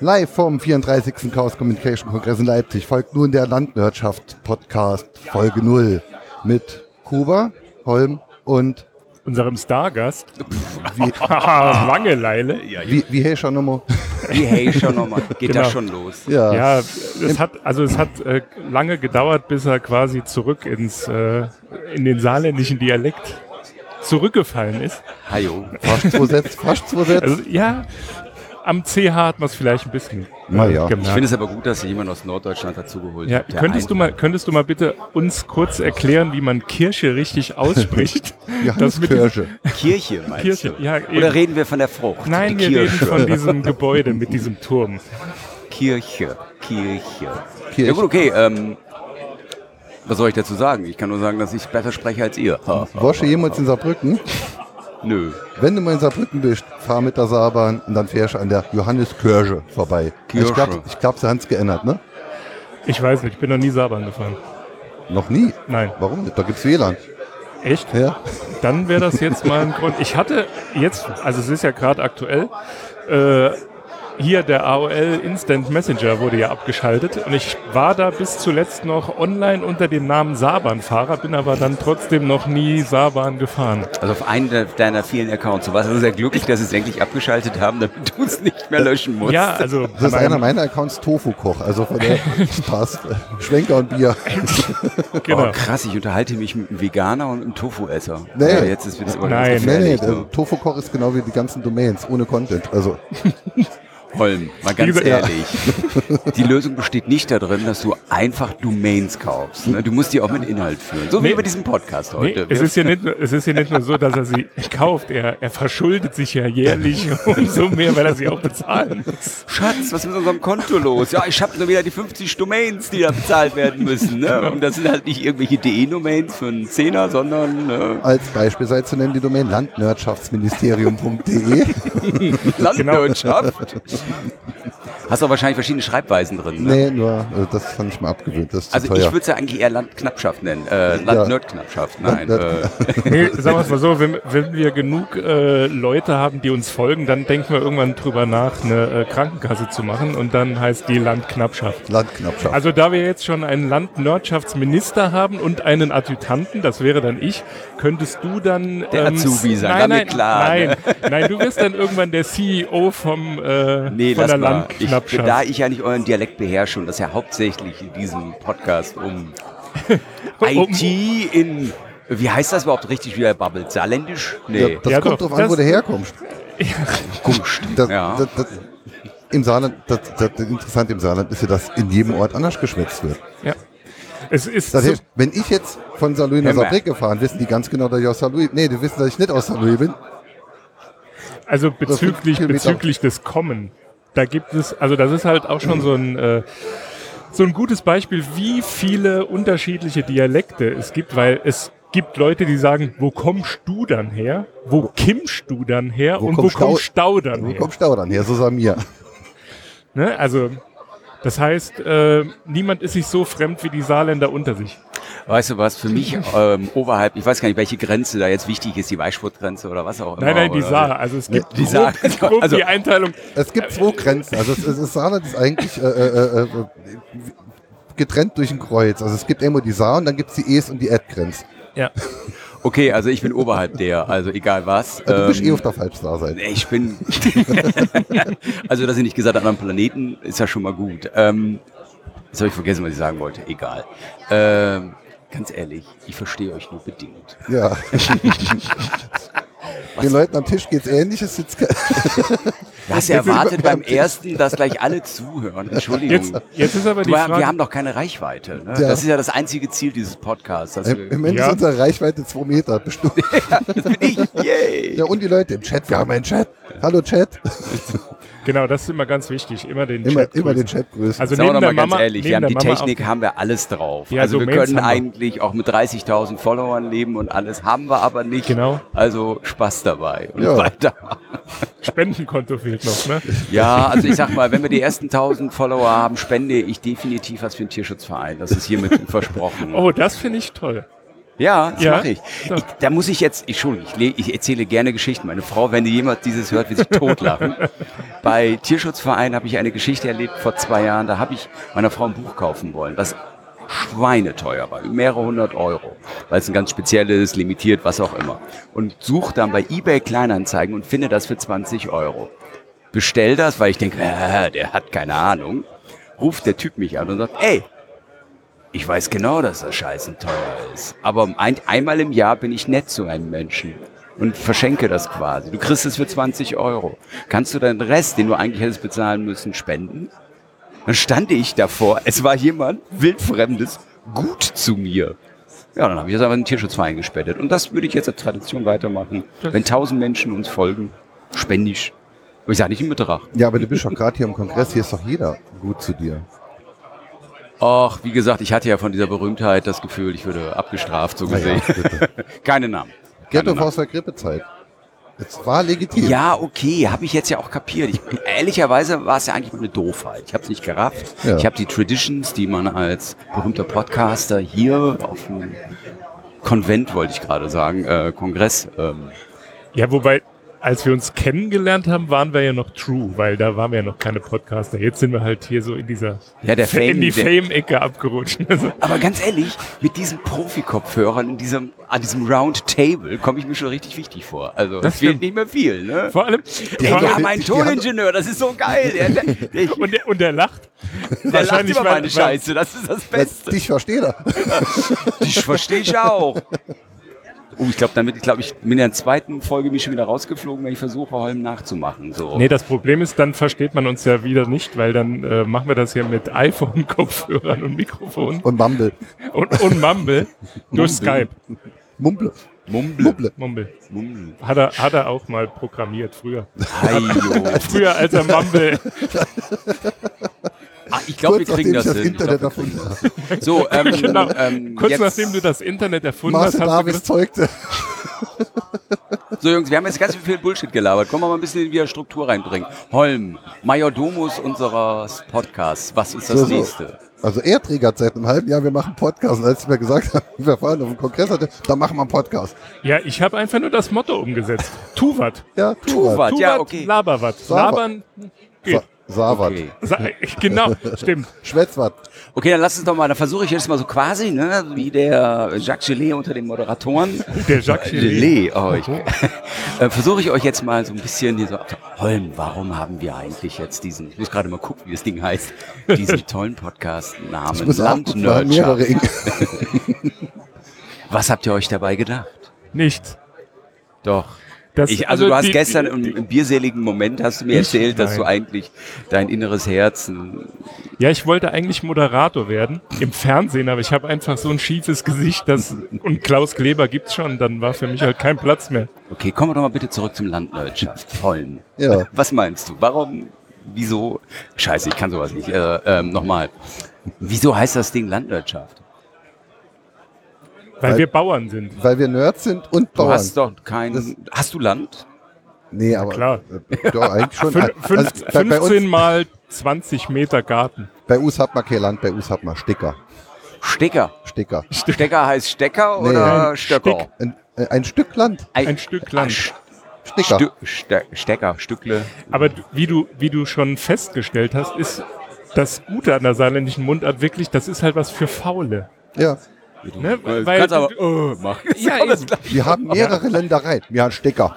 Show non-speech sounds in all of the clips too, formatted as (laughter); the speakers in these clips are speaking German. Live vom 34. Chaos Communication Kongress in Leipzig folgt nun der Landwirtschaft Podcast Folge 0 mit Kuba, Holm und Unserem Stargast. wie, (laughs) Haha, Wangeleile. Ja, ja. wie, wie hey schon nochmal. Wie hey schon nochmal. Geht Genau. da schon los. Ja. Ja, es hat, also es hat äh, lange gedauert, bis er quasi zurück ins, äh, in den saarländischen Dialekt zurückgefallen ist. Hajo. fast zwei Sätze, fast zwei Sätze. Also ja, am CH hat man es vielleicht ein bisschen Na ja. Ich finde es aber gut, dass ihr jemanden aus Norddeutschland dazugeholt Ja, habt. Der könntest, du mal, könntest du mal bitte uns kurz erklären, wie man Kirche richtig ausspricht? Das mit diesem- Johannes ein- Kirche meinst Kirche, du? ja, eben. Oder reden wir von der Frucht? Nein, Die wir reden Kirche. von diesem Gebäude mit diesem Turm. Kirche. Kirche. Kirche. Ja gut, okay. Ähm, was soll ich dazu sagen? Ich kann nur sagen, dass ich besser spreche als ihr. Ha, Oh, ha. Wasche jemals in Saarbrücken? Nö. Wenn du mal in Saarbrücken bist, fahr mit der Saarbahn und dann fährst du an der Johanneskirche vorbei. Also Kirche. Ich glaube, ich glaub, sie haben es geändert, ne? Ich weiß nicht, ich bin noch nie Saarbahn gefahren. Noch nie. Nein. Warum nicht? Da gibt's WLAN. Echt? Ja. Dann wäre das jetzt mal ein Grund. Ich hatte jetzt, also es ist ja gerade aktuell, äh, hier der AOL Instant Messenger wurde ja abgeschaltet und ich war da bis zuletzt noch online unter dem Namen Saarbahnfahrer, bin aber dann trotzdem noch nie Saarbahn gefahren. Also auf einen de- deiner vielen Accounts. Du warst also sehr glücklich, dass sie es endlich abgeschaltet haben, damit du es nicht mehr löschen musst. Ja, also Das ist mein- einer meiner Accounts Tofu-Koch, also von (laughs) der passt. Schwenker und Bier. genau. Oh, krass, ich unterhalte mich mit einem Veganer und einem Tofu-Esser. Nee. Ja, jetzt ist es aber Nein. ganz Nee, nee, gefährlich. ne? der Tofu-Koch ist genau wie die ganzen Domains, ohne Content. Also, Holm, mal ganz gesagt, ja. ehrlich. Die Lösung besteht nicht darin, dass du einfach Domains kaufst. Ne? Du musst die auch mit Inhalt führen. So Nee. wie bei diesem Podcast Nee, heute. es, ist ja nicht, nur- es ist ja nicht nur so, dass er sie kauft, er, er verschuldet sich ja jährlich (laughs) umso mehr, weil er sie auch bezahlen muss. Schatz, was ist mit unserem Konto los? Ja, ich habe nur wieder die 50 Domains, die da bezahlt werden müssen. Genau. Ne? Und das sind halt nicht irgendwelche DE-Domains für einen Zehner, sondern ne, als Beispiel sei zu nennen die Domain (laughs) landwirtschaftsministerium.de. Genau. Landwirtschaft. Hast du auch wahrscheinlich verschiedene Schreibweisen drin. Ne? nee, nur, also das habe ich mal abgewöhnt, das ist zu Also ich teuer. würde es ja eigentlich eher Landknappschaft nennen. Äh, Landnerdknappschaft, nein. Äh, Nee, sagen wir es mal so, wenn, wenn wir genug äh, Leute haben, die uns folgen, dann denken wir irgendwann drüber nach, eine äh, Krankenkasse zu machen und dann heißt die Landknappschaft. Landknappschaft. Also da wir jetzt schon einen Landwirtschaftsminister haben und einen Adjutanten, das wäre dann ich, könntest du dann... ähm, Der Azubi sein, nein, damit nein, klar, Nein, ne? nein, du wirst dann irgendwann der CEO vom, äh, nee, von lass der mal. Ich, Landknappschaft. da ich ja nicht euren Dialekt beherrsche und das ja hauptsächlich in diesem Podcast um Oh, um IT in, wie heißt das überhaupt richtig, wie er babbelt? Saarländisch? Nee, ja, das Ja, kommt doch, drauf an, wo das- du herkommst. (laughs) Gumst. Das, Ja. das, das, Im Saarland, das, das, das Interessante im Saarland ist ja, dass in jedem Ort anders geschwitzt wird. ja. Es ist Das so, heißt, wenn ich jetzt von Saar Louis nach Hör mal. Saarbrücken gefahren, wissen die ganz genau, dass ich aus Saar Louis, nee, die wissen, dass ich nicht aus Saar Louis bin. Also bezüglich, Kilometer. bezüglich des Kommen, da gibt es, also das ist halt auch schon so ein, äh, so ein gutes Beispiel, wie viele unterschiedliche Dialekte es gibt, weil es gibt Leute, die sagen, wo kommst du dann her? Wo kimmst du dann her? Wo und kommst wo kommst Stau- du dann Wo her? kommt Stau dann her? So sah mir. Ne? Also, das heißt, äh, niemand ist sich so fremd wie die Saarländer unter sich. Weißt du was, für mich ähm, oberhalb, ich weiß gar nicht, welche Grenze da jetzt wichtig ist, die Weißfurtgrenze oder was auch immer. Nein, nein, die aber- Saar. Also es gibt Genau, Ne, Die (laughs) Saar. grob, grob Also- die Einteilung. Es gibt zwei Grenzen. Also es, es, es Saarland ist eigentlich äh, äh, äh, getrennt durch ein Kreuz. Also es gibt immer die Saar und dann gibt es die Es und die Ed-Grenze. Ja. Okay, also ich bin oberhalb der, also egal was. Also du bist ähm, eh auf der falschen Saarseite. Nee, Ich bin. (laughs) also, dass ich nicht gesagt habe, anderen Planeten ist ja schon mal gut. Ähm, jetzt habe ich vergessen, was ich sagen wollte. Egal. Ähm, ganz ehrlich, ich verstehe euch nur bedingt. (laughs) Ja. Den Leuten am Tisch geht's ähnlich. Es sitzt ke- Du hast ja erwartet beim ersten, dass gleich alle zuhören. Entschuldigung. Jetzt, jetzt ist aber du, die wir Frage. haben doch keine Reichweite. Ne? Ja. Das ist ja das einzige Ziel dieses Podcasts. Dass Im, im wir, Moment Ja. ist unsere Reichweite zwei Meter bestimmt. das bin ich. Yay. Ja, und die Leute im Chat. Wir haben einen Chat. Hallo Chat. Genau, das ist immer ganz wichtig. Immer den Immer, Chat immer grüßen. den Chat grüßen. Also Sagen wir neben doch der mal ganz Mama, ehrlich, neben wir haben der die Mama Technik, haben wir alles drauf. Ja, also wir Domains können haben wir. eigentlich auch mit 30.000 Followern leben und alles haben wir aber nicht. Genau. Also Spaß dabei und Ja. weiter. Auf Spendenkonto fehlt noch, (laughs) ne? Ja, also ich sag mal, wenn wir die ersten 1.000 Follower haben, spende ich definitiv was für einen Tierschutzverein. Das ist hiermit versprochen. Oh, das finde ich toll. Ja, das Ja? mache ich. ich. Da muss ich jetzt, ich, Entschuldigung, ich, le- ich erzähle gerne Geschichten. Meine Frau, wenn die jemand dieses hört, wird sich totlachen. Bei Tierschutzverein habe ich eine Geschichte erlebt vor zwei Jahren. Da habe ich meiner Frau ein Buch kaufen wollen, was schweineteuer war, mehrere hundert Euro, weil es ein ganz spezielles, limitiert, was auch immer. Und suche dann bei eBay Kleinanzeigen und finde das für 20 Euro. Bestell das, weil ich denke, äh, der hat keine Ahnung. Ruft der Typ mich an und sagt, ey, ich weiß genau, dass das scheißen teuer ist. Aber ein, einmal im Jahr bin ich nett zu einem Menschen und verschenke das quasi. Du kriegst es für 20 Euro. Kannst du deinen Rest, den du eigentlich hättest bezahlen müssen, spenden? Dann stand ich davor. Es war jemand wildfremdes gut zu mir. Ja, dann habe ich das aber in den Tierschutzverein gespendet. Und das würde ich jetzt als Tradition weitermachen. Wenn tausend Menschen uns folgen, spende ich. Aber ich sage nicht in Betrag. Ja, aber du bist doch gerade hier im Kongress, hier ist doch jeder gut zu dir. Ach, wie gesagt, ich hatte ja von dieser Berühmtheit das Gefühl, ich würde abgestraft, so Naja, gesehen. bitte. (laughs) Keine Namen. Keine Ghetto Namen. Faust der Grippezeit. Es war legitim. Ja, okay, habe ich jetzt ja auch kapiert. Ich, ehrlicherweise war es ja eigentlich mal eine Doofheit. Ich habe es nicht gerafft. Ja. Ich habe die Traditions, die man als berühmter Podcaster hier auf dem Konvent, wollte ich gerade sagen, äh, Kongress. Ähm, Ja, wobei, als wir uns kennengelernt haben, waren wir ja noch true, weil da waren wir ja noch keine Podcaster. Jetzt sind wir halt hier so in dieser Ja, der Fame- in die der- Fame-Ecke abgerutscht. (laughs) Also, aber ganz ehrlich, mit diesen Profikopfhörern in diesem, an diesem Round Table komme ich mir schon richtig wichtig vor. Also Das es fehlt stimmt. nicht mehr viel, ne? vor allem, Ey, vor wir allem haben einen die haben- Toningenieur, das ist so geil. Der, der, der, und, der, und der lacht. (laughs) der lacht über weil- meine weil- Scheiße, das ist das (laughs) Beste. Ich verstehe das. Ich verstehe ich auch. Oh, ich glaube, damit, ich glaube, ich bin in der zweiten Folge mich schon wieder rausgeflogen, wenn ich versuche, Holm nachzumachen. So. Nee, das Problem ist, dann versteht man uns ja wieder nicht, weil dann äh, machen wir das hier mit iPhone-Kopfhörern und Mikrofon Und Mumble. und, und Mumble durch Skype. Mumble. Mumble. Mumble. Mumble. Mumble. Hat er, hat er auch mal programmiert früher. Heio. Früher als er (laughs) Mumble. Ah, ich glaube, wir Kurz kriegen nachdem ich das, das hin. Ich Internet glaub, wir kriegen erfunden habe. das. So, ähm, Genau. ähm, Kurz jetzt, nachdem du das Internet erfunden hast, Marcel Davis hast du gesagt, zeugte. So, Jungs, wir haben jetzt ganz schön viel Bullshit gelabert. Kommen wir mal ein bisschen wieder Struktur reinbringen. Holm, Majordomus unseres Podcasts. Was ist (laughs) das So, so. nächste? Also er triggert seit einem halben Jahr, wir machen Podcast. Und als ich mir gesagt habe, (laughs) wir fahren auf den Kongress, hatte, dann machen wir einen Podcast. ja, ich habe einfach nur das Motto umgesetzt. Tu wat. Ja, Tu Tuvat. wat. Tu Ja, wat, okay. laber wat. Sava- Labern geht. Savat. Okay. Sa- Genau, (laughs) stimmt. Schwätzwart. okay, dann lass uns doch mal, dann versuche ich jetzt mal so quasi, ne, wie der Jacques Gelet unter den Moderatoren. Der Jacques Chirac. Äh, Gelee euch. (laughs) Äh, Versuche ich euch jetzt mal so ein bisschen hier so abzu- Holm, warum haben wir eigentlich jetzt diesen, ich muss gerade mal gucken, wie das Ding heißt, diesen tollen Podcast Ich namens muss abgucken, wir haben mehrere Landnurture. Inge. Was habt ihr euch dabei gedacht? Nicht. Doch. Das- Ich, also, du hast die- gestern im, im bierseligen Moment hast du mir Ich? erzählt, dass Nein. du eigentlich dein inneres Herz, ein- Ja, ich wollte eigentlich Moderator werden im Fernsehen, aber ich habe einfach so ein schiefes Gesicht, das und Klaus Kleber gibt's schon, dann war für mich halt kein Platz mehr. okay, kommen wir doch mal bitte zurück zum Landwirtschaft. Holm. Ja. (laughs) Was meinst du? Warum, wieso, scheiße, ich kann sowas nicht, äh, ähm, nochmal. Wieso heißt das Ding Landwirtschaft? Weil, Weil- wir Bauern sind. Weil wir Nerds sind und Du Bauern. hast doch kein. Das- hast du Land? nee, aber klar. Äh, doch, eigentlich schon. Fün (laughs) fünf, Also, bei, bei, 15 uns, mal 20 Meter Garten. bei uns hat man kein Land, bei uns hat man Sticker. Stecker. Sticker. Stecker heißt Stecker Nee. oder Nein, Stöcker? Stick. Ein, äh, ein Stück Land. Ein Stück Land. Land. Sticker. Stecker, Stückle. Aber du- wie du, wie du schon festgestellt hast, ist das Gute an der saarländischen Mundart wirklich, das ist halt was für Faule. ja. Ne? Du Weil- kannst aber du- oh, machen. Ja, Alles eben. klar. Wir haben mehrere Ländereien. Wir haben Sticker.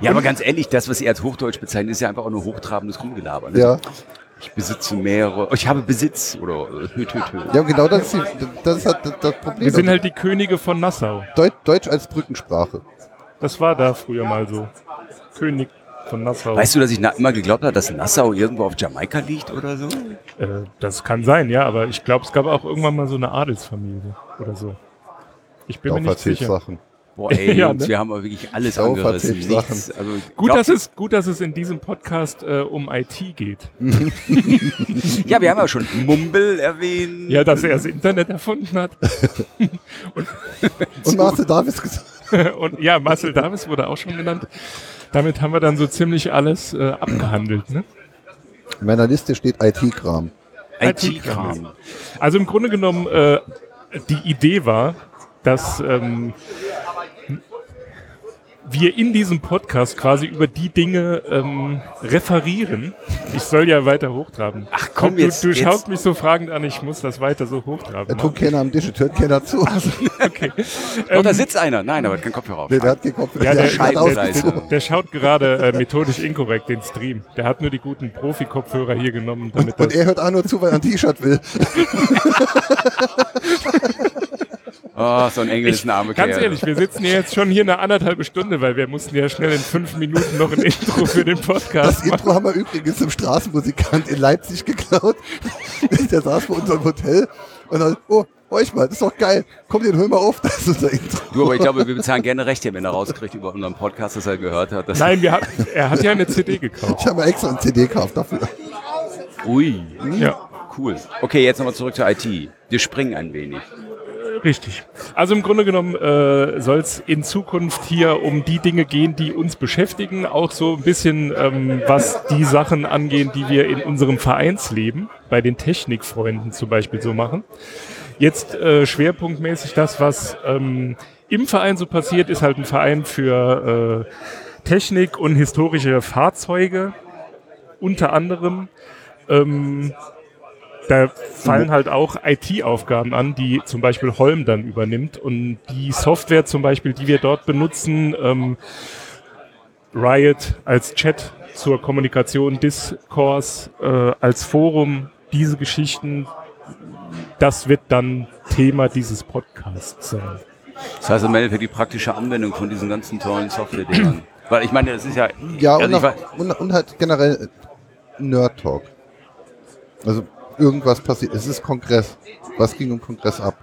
ja, aber ganz ehrlich, das, was ihr als Hochdeutsch bezeichnet, ist ja einfach auch nur hochtrabendes Rumgelaber. Ne? Ja. Ich besitze mehrere. Ich habe Besitz oder äh, hüt, hüt, hüt. Ja, genau das ist, die, das ist halt das- das Problem. Wir sind halt die Könige von Nassau. Deut, Deutsch als Brückensprache. Das war da früher mal so. König von Nassau. Weißt du, dass ich na, immer geglaubt habe, dass Nassau irgendwo auf Jamaika liegt oder so? Äh, das kann sein, ja, aber ich glaube, es gab auch irgendwann mal so eine Adelsfamilie oder so. Ich bin Auf mir nicht sicher. Sachen. Boah, (laughs) ey, Ja, Jungs, ne? wir haben aber wirklich alles Sau angerissen. verzählt Nichts, also, ich Gut glaub- dass, es, gut, dass es in diesem Podcast äh, um IT geht. ja, wir haben ja schon Mumbel erwähnt. Ja, dass er das Internet erfunden hat. (laughs) Und Marcel Davis gesagt. Und ja, Marcel Davis wurde auch schon genannt. Damit haben wir dann so ziemlich alles äh, abgehandelt. Ne? In meiner Liste steht IT-Kram. IT-Kram. Also im Grunde genommen äh, die Idee war, dass ähm, wir in diesem Podcast quasi über die Dinge ähm, referieren. Ich soll ja weiter hochtraben. Ach komm, du, jetzt- Du jetzt- schaust mich so fragend an, ich muss das weiter so Der hochtraben. machen. Trunkenner am Tisch, hört keiner zu. Also- Okay. Oh, Ähm, da sitzt einer. Nein, aber kein Kopfhörer (laughs) auf. nee, der hat gekopft. Ja, der, hat der, der, ausgezogen. der, der schaut gerade äh, methodisch inkorrekt den Stream. Der hat nur die guten Profi-Kopfhörer hier genommen, damit Und das. er hört auch nur zu, weil er ein T-Shirt will. Oh, so ein Engel ist ein armer Ganz Kerl. ehrlich, wir sitzen hier jetzt schon hier eine anderthalbe Stunde, weil wir mussten ja schnell in fünf Minuten noch ein Intro für den Das Podcast machen. Intro haben wir übrigens im Straßenmusikant in Leipzig geklaut. (laughs) Der saß vor unserem Hotel und dann, oh, euch mal, das ist doch geil. Komm, den hör mal auf, (laughs) das ist unser Intro. Du, aber ich glaube, wir bezahlen gerne Rechte, wenn er rauskriegt über unseren Podcast, dass er gehört hat. Dass Nein, wir hat, er hat ja eine CD gekauft. Ich habe mir extra ein CD gekauft dafür. Ui, Ja, cool. Okay, jetzt nochmal zurück zur IT. Wir springen ein wenig. richtig. Also im Grunde genommen äh, soll es in Zukunft hier um die Dinge gehen, die uns beschäftigen, auch so ein bisschen, ähm, was die Sachen angehen, die wir in unserem Vereinsleben, bei den Technikfreunden zum Beispiel so machen. Jetzt äh, schwerpunktmäßig das, was ähm, im Verein so passiert, ist halt ein Verein für äh, Technik und historische Fahrzeuge unter anderem. Ähm, da fallen halt auch IT-Aufgaben an, die zum Beispiel Holm dann übernimmt und die Software zum Beispiel, die wir dort benutzen, ähm, Riot als Chat zur Kommunikation, Discourse äh, als Forum, diese Geschichten, das wird dann Thema dieses Podcasts sein. Das heißt im Endeffekt die praktische Anwendung von diesen ganzen tollen Software-Dingern. Weil ich meine, das ist ja... Ja, und, also nach, ich, war- und, und halt generell äh, Nerd Talk. Also irgendwas passiert. Es ist Kongress. Was ging im Kongress ab?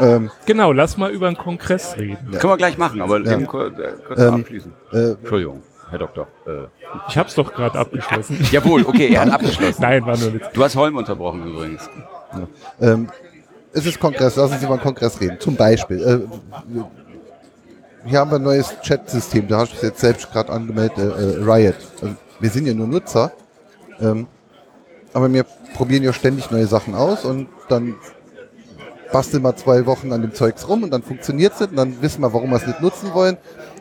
Ähm, Genau, lass mal über einen Kongress reden. können wir gleich machen, aber Ja. eben kurz, äh, kurz Ähm, abschließen. äh, Entschuldigung, Herr Doktor. Äh. Ich hab's doch gerade abgeschlossen. (laughs) Jawohl, okay, er hat abgeschlossen. Nein, war nur ein Witz. Du hast Holm unterbrochen übrigens. ähm, es ist Kongress. Lass uns über einen Kongress reden. Zum Beispiel. Äh, hier haben wir ein neues Chat-System. Da hast du jetzt selbst gerade angemeldet. Äh, äh, Riot. Also, wir sind ja nur Nutzer. Ähm, aber wir probieren ja ständig neue Sachen aus und dann basteln wir zwei Wochen an dem Zeugs rum und dann funktioniert es nicht und dann wissen wir, warum wir es nicht nutzen wollen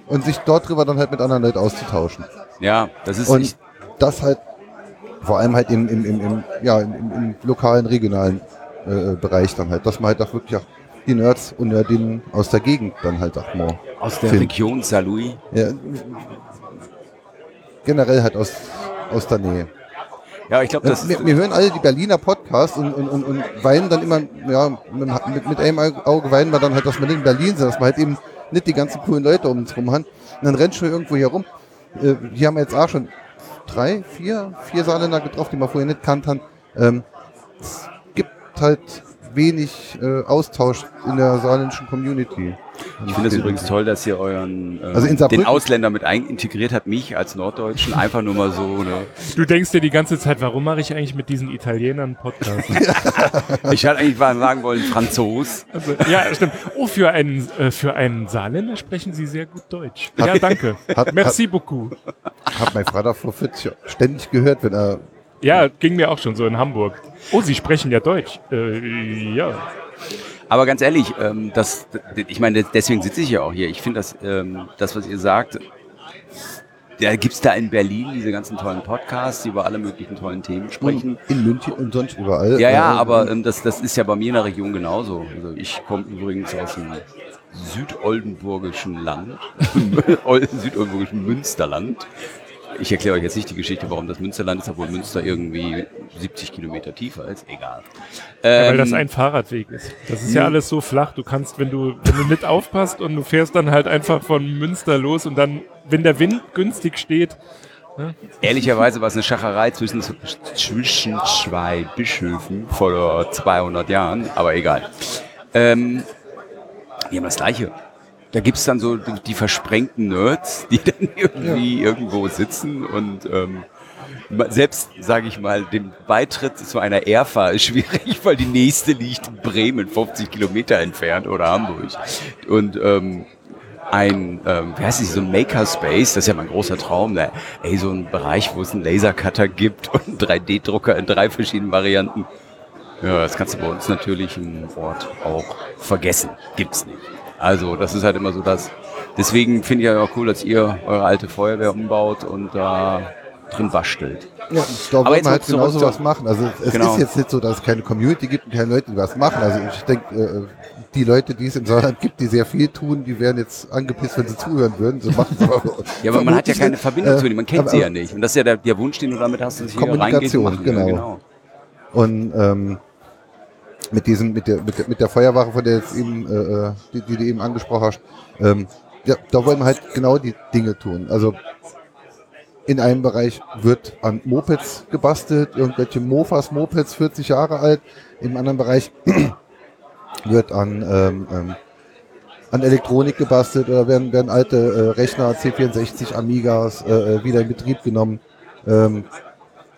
und sich dort drüber dann halt mit anderen Leuten auszutauschen. Ja, das ist... Und ich, das halt vor allem halt im, im, im, im, ja, im, im, im lokalen, regionalen äh, Bereich dann halt, dass man halt auch wirklich auch die Nerds und Nerdinnen aus der Gegend dann halt auch mal aus der Film. Region Saarlouis. ja, generell halt aus, aus der Nähe. Ja, ich glaube, das wir, wir hören alle die Berliner Podcasts und, und, und, und weinen dann immer, ja, mit, mit, mit einem Auge weinen wir dann halt, dass wir nicht in Berlin sind, dass wir halt eben nicht die ganzen coolen Leute um uns rum haben. Und dann rennst du irgendwo hier rum. Äh, hier haben wir jetzt auch schon drei, vier, vier Saarländer getroffen, die wir vorher nicht kannt haben. Ähm, es gibt halt wenig äh, Austausch in der saarländischen Community. Ich finde es übrigens toll, dass ihr euren äh, Also in Saarbrücken- den Ausländer mit ein integriert habt, mich als Norddeutschen einfach nur mal so. Ne? Du denkst dir die ganze Zeit, warum mache ich eigentlich mit diesen Italienern einen Podcast? Ich hätte eigentlich mal sagen wollen, Franzos. Also, ja, stimmt. Oh, für einen, äh, für einen Saarländer sprechen Sie sehr gut Deutsch. Ja, danke. hat- Merci beaucoup. Hat mein Vater vor 40 Jahren ständig gehört, wenn er Ja, ging mir auch schon so in Hamburg. Oh, Sie sprechen ja Deutsch. Äh, ja. Aber ganz ehrlich, ähm, das, ich meine, deswegen sitze ich ja auch hier. Ich finde das, ähm, das, was ihr sagt, da gibt's da in Berlin diese ganzen tollen Podcasts, die über alle möglichen tollen Mhm. Themen sprechen. in München und sonst überall. Ja, ja, äh, aber ähm, das, das ist ja bei mir in der Region genauso. Also ich komme übrigens aus dem südoldenburgischen Land, (laughs) Ol- südoldenburgischen Münsterland. Ich erkläre euch jetzt nicht die Geschichte, warum das Münsterland ist, obwohl Münster irgendwie 70 Kilometer tiefer ist. Egal. Ja, weil Ähm, das ein Fahrradweg ist. Das ist ja alles so flach. Du kannst, wenn du, wenn du nicht aufpasst und du fährst dann halt einfach von Münster los und dann, wenn der Wind günstig steht, Ehrlicherweise war es eine Schacherei zwischen, zwischen zwei Bischöfen vor 200 Jahren, aber egal. Ähm, die haben das Gleiche. Da gibt's dann so die versprengten Nerds, die (laughs) dann irgendwie irgendwo sitzen und ähm, ma- selbst, sage ich mal, den Beitritt zu einer Erfa ist schwierig, (laughs) weil die nächste liegt in Bremen, 50 Kilometer entfernt oder Hamburg. Und ähm, ein, ähm, wie heißt es, so ein Makerspace, das ist ja mein großer Traum, ne? ey, (laughs) so ein Bereich, wo es einen Lasercutter gibt und einen 3D-Drucker in drei verschiedenen Varianten. Ja, das kannst du bei uns natürlich im Ort auch vergessen. Gibt's nicht. Also das ist halt immer so das. Deswegen finde ich ja auch cool, dass ihr eure alte Feuerwehr umbaut und da drin bastelt. Ja, da Aber wollen jetzt wir halt zurück genau zu- sowas machen. Also es- es Genau. ist jetzt nicht so, dass es keine Community gibt und keine Leute, die was machen. Also ich denke, äh, die Leute, die es im Saarland gibt, die sehr viel tun, die wären jetzt angepisst, wenn sie zuhören würden. So machen sie aber (laughs) Ja, aber man hat ja vermutlich keine nicht. Verbindung Äh, zu denen, man kennt aber- sie ja nicht. Und das ist ja der, der Wunsch, den du damit hast, dass sie hier reingehst und Kommunikation, machen. Ja, genau. Und ähm, mit diesem, mit der, mit der, mit der Feuerwache, von der jetzt eben, äh, äh, die, die du eben angesprochen hast, ähm, ja, da wollen wir halt genau die Dinge tun. Also in einem Bereich wird an Mopeds gebastelt, irgendwelche Mofas, Mopeds 40 Jahre alt, im anderen Bereich (clears throat) wird an, ähm, ähm, an Elektronik gebastelt oder werden, werden alte äh, Rechner, C64, Amigas äh, äh, wieder in Betrieb genommen. Ähm,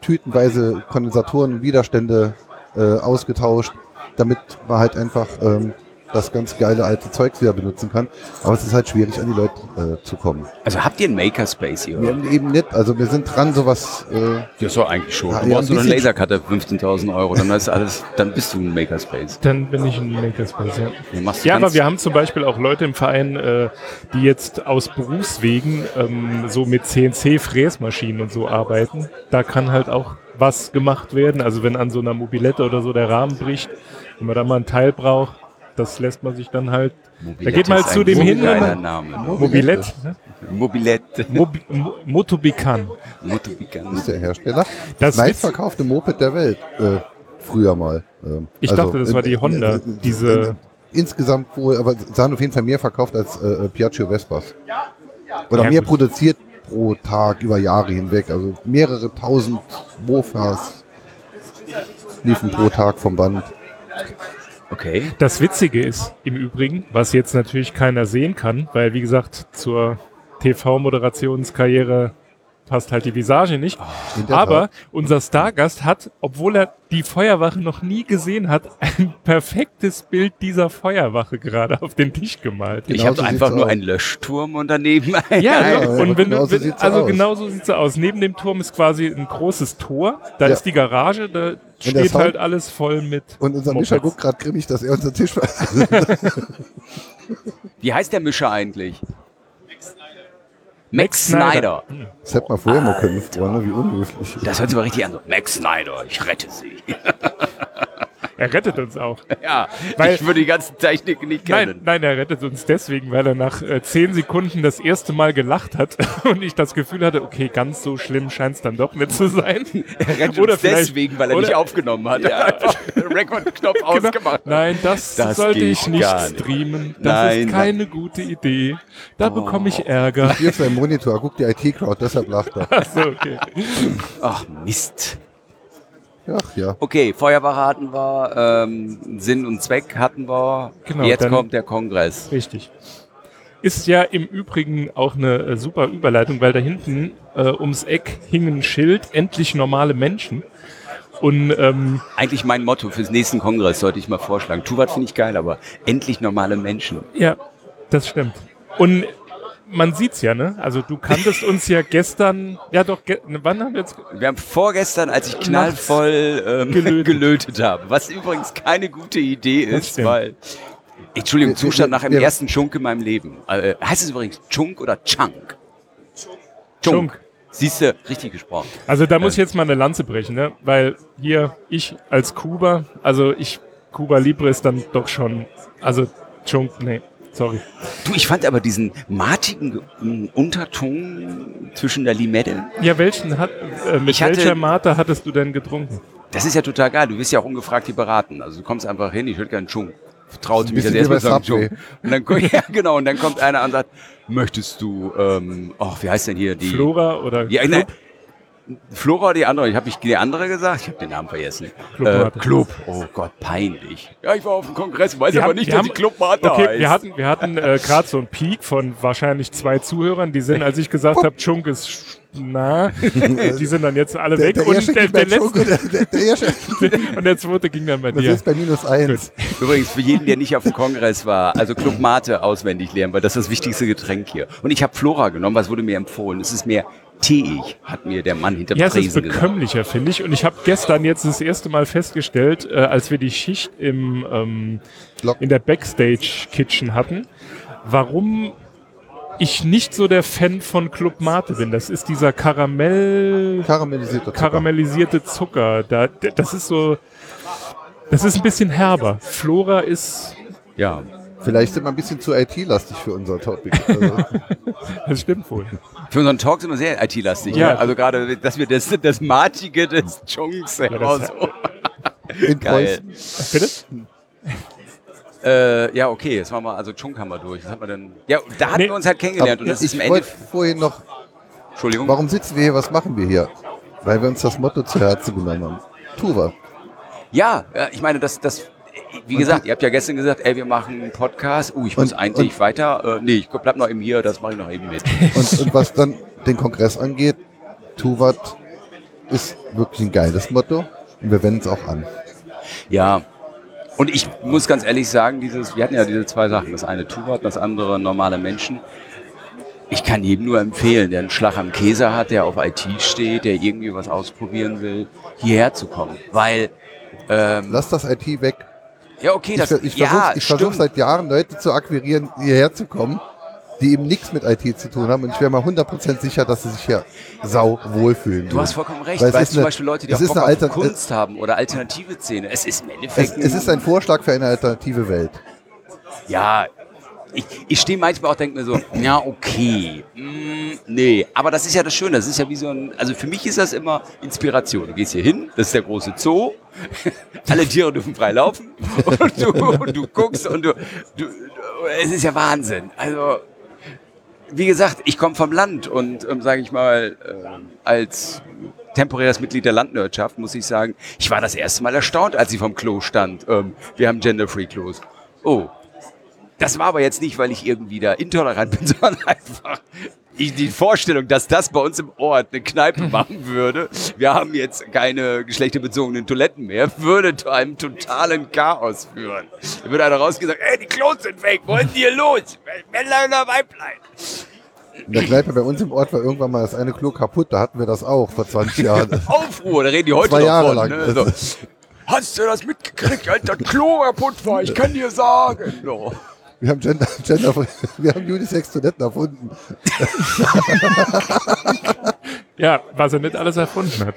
tütenweise Kondensatoren und Widerstände äh, ausgetauscht, damit man halt einfach ähm, das ganz geile alte Zeugs wieder benutzen kann. Aber es ist halt schwierig, an die Leute äh, zu kommen. Also habt ihr einen Makerspace hier? Wir oder? haben eben nicht, also wir sind dran, sowas. Äh, Ja, so eigentlich schon. Ja, Du ja, brauchst ein nur eine bisschen- Lasercutter für 15.000 Euro, dann ist alles, dann bist du ein Makerspace. Dann bin ich ein Makerspace, ja. Dann machst du Ja, ganz- aber wir haben zum Beispiel auch Leute im Verein, äh, die jetzt aus Berufswegen ähm, so mit CNC-Fräsmaschinen und so arbeiten. Da kann halt auch was gemacht werden. Also wenn an so einer Mobilette oder so der Rahmen bricht, wenn man da mal ein Teil braucht, das lässt man sich dann halt. da geht man halt ist zu ein dem so hin. geiler Name. ne? Mobilette. Ne? Mobilette. (laughs) Mobi Mo- Motobican. Motobican. ist der Hersteller. Das meist Witz- verkaufte Moped der Welt. Äh, früher mal. Ähm, Ich dachte, das war die Honda, diese- insgesamt wohl, aber sahen auf jeden Fall mehr verkauft als äh, äh, Piaggio Vespas. Oder Ja, mehr gut. produziert pro Tag über Jahre hinweg. Also mehrere tausend Mofas liefen pro Tag vom Band. Okay. Das Witzige ist im Übrigen, was jetzt natürlich keiner sehen kann, weil wie gesagt, zur TV-Moderationskarriere passt halt die Visage nicht. Oh. In der Aber Tat. unser Stargast hat, obwohl er die Feuerwache noch nie gesehen hat, ein perfektes Bild dieser Feuerwache gerade auf den Tisch gemalt. Genau ich habe so einfach sieht's nur aus. einen Löschturm und (laughs) daneben ein. Ja, Ja, doch. aber und wenn genau du, so wenn, sieht's also aus. genau so sieht's aus. Neben dem Turm ist quasi ein großes Tor, da Ja. ist die Garage, da der steht Sound- halt alles voll mit. Und unser Mopeds. Mischer guckt gerade grimmig, dass er unseren Tisch Wie heißt der Mischer eigentlich? Max Max Snyder. Snyder. (laughs) Das hätte man vorher mal können, Freunde, wie unhöflich. Das hört sich mal richtig an. so, Max Snyder, ich rette sie. (laughs) Er rettet uns auch. ja, Weil- ich würde die ganzen Techniken nicht Nein, kennen. nein, er rettet uns deswegen, weil er nach äh, zehn Sekunden das erste Mal gelacht hat (laughs) und ich das Gefühl hatte, okay, ganz so schlimm scheint's dann doch nicht zu (laughs) sein. Er rettet Oder uns vielleicht- deswegen, weil er oder- Genau. nicht aufgenommen hat. (laughs) Er hat einfach den Rekordknopf ausgemacht. Nein, das, Das sollte geht ich nicht gar nicht. streamen. Das Nein, ist nein. Oh. keine gute Idee. Da bekomme ich (laughs) Ärger. Hier ist ein Monitor, guckt die IT-Crowd, deshalb lacht er. Ach so, okay. Ach, Mist. Ach ja. Okay, Feuerwache hatten wir, ähm, Sinn und Zweck hatten wir. Genau, Jetzt dann- kommt der Kongress. Richtig. Ist ja im Übrigen auch eine äh, super Überleitung, weil da hinten äh, ums Eck hing ein Schild, endlich normale Menschen. Und ähm, Eigentlich mein Motto fürs nächsten Kongress sollte ich mal vorschlagen. Tuvat finde ich geil, aber endlich normale Menschen. ja, das stimmt. Und man sieht's ja, ne? Also du kanntest uns ja gestern, ja doch, ge ne, wann haben wir jetzt Wir haben vorgestern, als ich knallvoll ähm, Gelötet. (laughs) gelötet. habe, was übrigens keine gute Idee Das ist, stimmt. Äh, weil Entschuldigung, Wir- Zustand wir- nach dem wir- ersten Chunk in meinem Leben. Äh, heißt es übrigens Chunk oder Chunk? Chunk. Siehst du, richtig gesprochen. Also da Äh. muss ich jetzt mal eine Lanze brechen, ne? Weil hier ich als Kuba, also ich Kuba Libre ist dann doch schon, also Chunk, nee, sorry. Du, ich fand aber diesen martigen ähm, Unterton zwischen der Limette, Ja, welchen hat, äh, mit Ich hatte- welcher Mate hattest du denn getrunken? das ist ja total geil. Du wirst ja auch ungefragt hier beraten. Also du kommst einfach hin, ich würde gerne Chunk. Traut Ein mich das bisschen erstmal wie bei sagen, Chunk. Subway. Und dann, ko- ja, genau, und dann kommt (laughs) einer und sagt, möchtest du, ähm, ach, wie heißt denn hier die? Flora oder Ja, Club? nein. Flora oder die andere? Ich habe ich die andere gesagt. Ich habe den Namen vergessen. Clubmate. Äh, Club. Oh Gott, peinlich. Ja, ich war auf dem Kongress, weiß Wir aber haben- nicht, wir dass haben- die Clubmate Okay, heißt. wir hatten, wir hatten äh, gerade so einen Peak von wahrscheinlich zwei Zuhörern, die sind, als ich gesagt habe, Chunk ist sch- (laughs) na, die sind dann jetzt alle weg und Jersche der, ging bei der letzte Schunke, der, der, der (laughs) Jersche- und der zweite ging dann bei Das dir. ist bei minus eins. Übrigens, für jeden, der nicht auf dem Kongress war, also Club Mate auswendig lernen, weil das ist das wichtigste Getränk hier. Und ich habe Flora genommen, was wurde mir empfohlen? Es ist mir akzeptiere ich, hat mir der Mann hinter Ja, dem es ist Tresen gesagt. bekömmlicher, finde ich. Und ich habe gestern jetzt das erste Mal festgestellt, äh, als wir die Schicht im, ähm, Lock. in der Backstage-Kitchen hatten, warum ich nicht so der Fan von Club Mate bin. Das ist dieser Karamell, Karamellisierter Zucker. karamellisierte Zucker. Da, d- das ist so, das ist ein bisschen herber. Flora ist, Ja, Vielleicht sind wir ein bisschen zu IT-lastig für unser (laughs) Topic. Also, das stimmt wohl. Für unseren Talk sind wir sehr IT-lastig. Ja. Ne? Also gerade, dass wir das, das Martige des Jungs heraus. in Geil. Preußen. Bitte? Äh, ja, okay, jetzt machen wir, also Chunk haben wir durch. Was hat man denn? Ja, da hatten Nee. wir uns halt kennengelernt und das ist ich im Ende. wollte vorhin noch, Entschuldigung. warum sitzen wir hier, was machen wir hier? Weil wir uns das Motto zu Herzen genommen haben. Tuva. Ja, ja, ich meine, das, das, wie gesagt, ihr habt ja gestern gesagt, ey, wir machen einen Podcast. Uh, ich muss Und- eigentlich weiter. Äh, nee, ich bleib noch eben hier, das mache ich noch eben (laughs) mit. Und, und was dann den Kongress angeht, Tuvat ist wirklich ein geiles Motto. Und wir wenden es auch an. Ja. Und ich muss ganz ehrlich sagen, dieses, wir hatten ja diese zwei Sachen, das eine Tuvat, das andere normale Menschen. Ich kann jedem nur empfehlen, der einen Schlag am Käse hat, der auf IT steht, der irgendwie was ausprobieren will, hierher zu kommen. Weil, ähm, Lass das IT weg. ja, okay, Ich, das, ver- ich ja, versuche ich versuch stimmt. seit Jahren, Leute zu akquirieren, hierher zu kommen, die eben nichts mit IT zu tun haben. Und ich wäre mal 100% sicher, dass sie sich hier sau wohlfühlen. Du hast würden. vollkommen recht, Weil weil, es ist zum eine- Beispiel Leute, die es auch ist Bock eine auf Alter- Kunst haben oder alternative Szene. Es ist im es, Endeffekt es ist ein Vorschlag für eine Alternative Welt. Ja, ich, ich stehe manchmal auch denke mir so, ja, okay, mm, nee, aber das ist ja das Schöne, das ist ja wie so ein, also für mich ist das immer Inspiration. Du gehst hier hin, das ist der große Zoo, (laughs) alle Tiere dürfen frei laufen (laughs) und du, und du guckst und du, du, es ist ja Wahnsinn. Also, wie gesagt, ich komme vom Land und, ähm, sage ich mal, ähm, als temporäres Mitglied der Landwirtschaft muss ich sagen, ich war das erste Mal erstaunt, als sie vom Klo stand. Ähm, wir haben Gender-Free-Klos. Oh, das war aber jetzt nicht, weil ich irgendwie da intolerant bin, (laughs) sondern einfach ich, die Vorstellung, dass das bei uns im Ort eine Kneipe machen würde, wir haben jetzt keine geschlechterbezogenen Toiletten mehr, würde zu einem totalen Chaos führen. Da würde einer rausgesagt, ey, die Klos sind weg, wo ist denn hier los? Männlein oder Weiblein? In der Kneipe bei uns im Ort war irgendwann mal das eine Klo kaputt, da hatten wir das auch vor (laughs) 20 Jahren. Aufruhr, da reden die heute Zwei noch Jahre von. lang. Ne? So. Hast du das mitgekriegt, als das Klo kaputt war? Ich kann dir sagen. So. Wir haben Gender, Gender wir haben Unisex-Toiletten erfunden. Ja, was er nicht alles erfunden hat.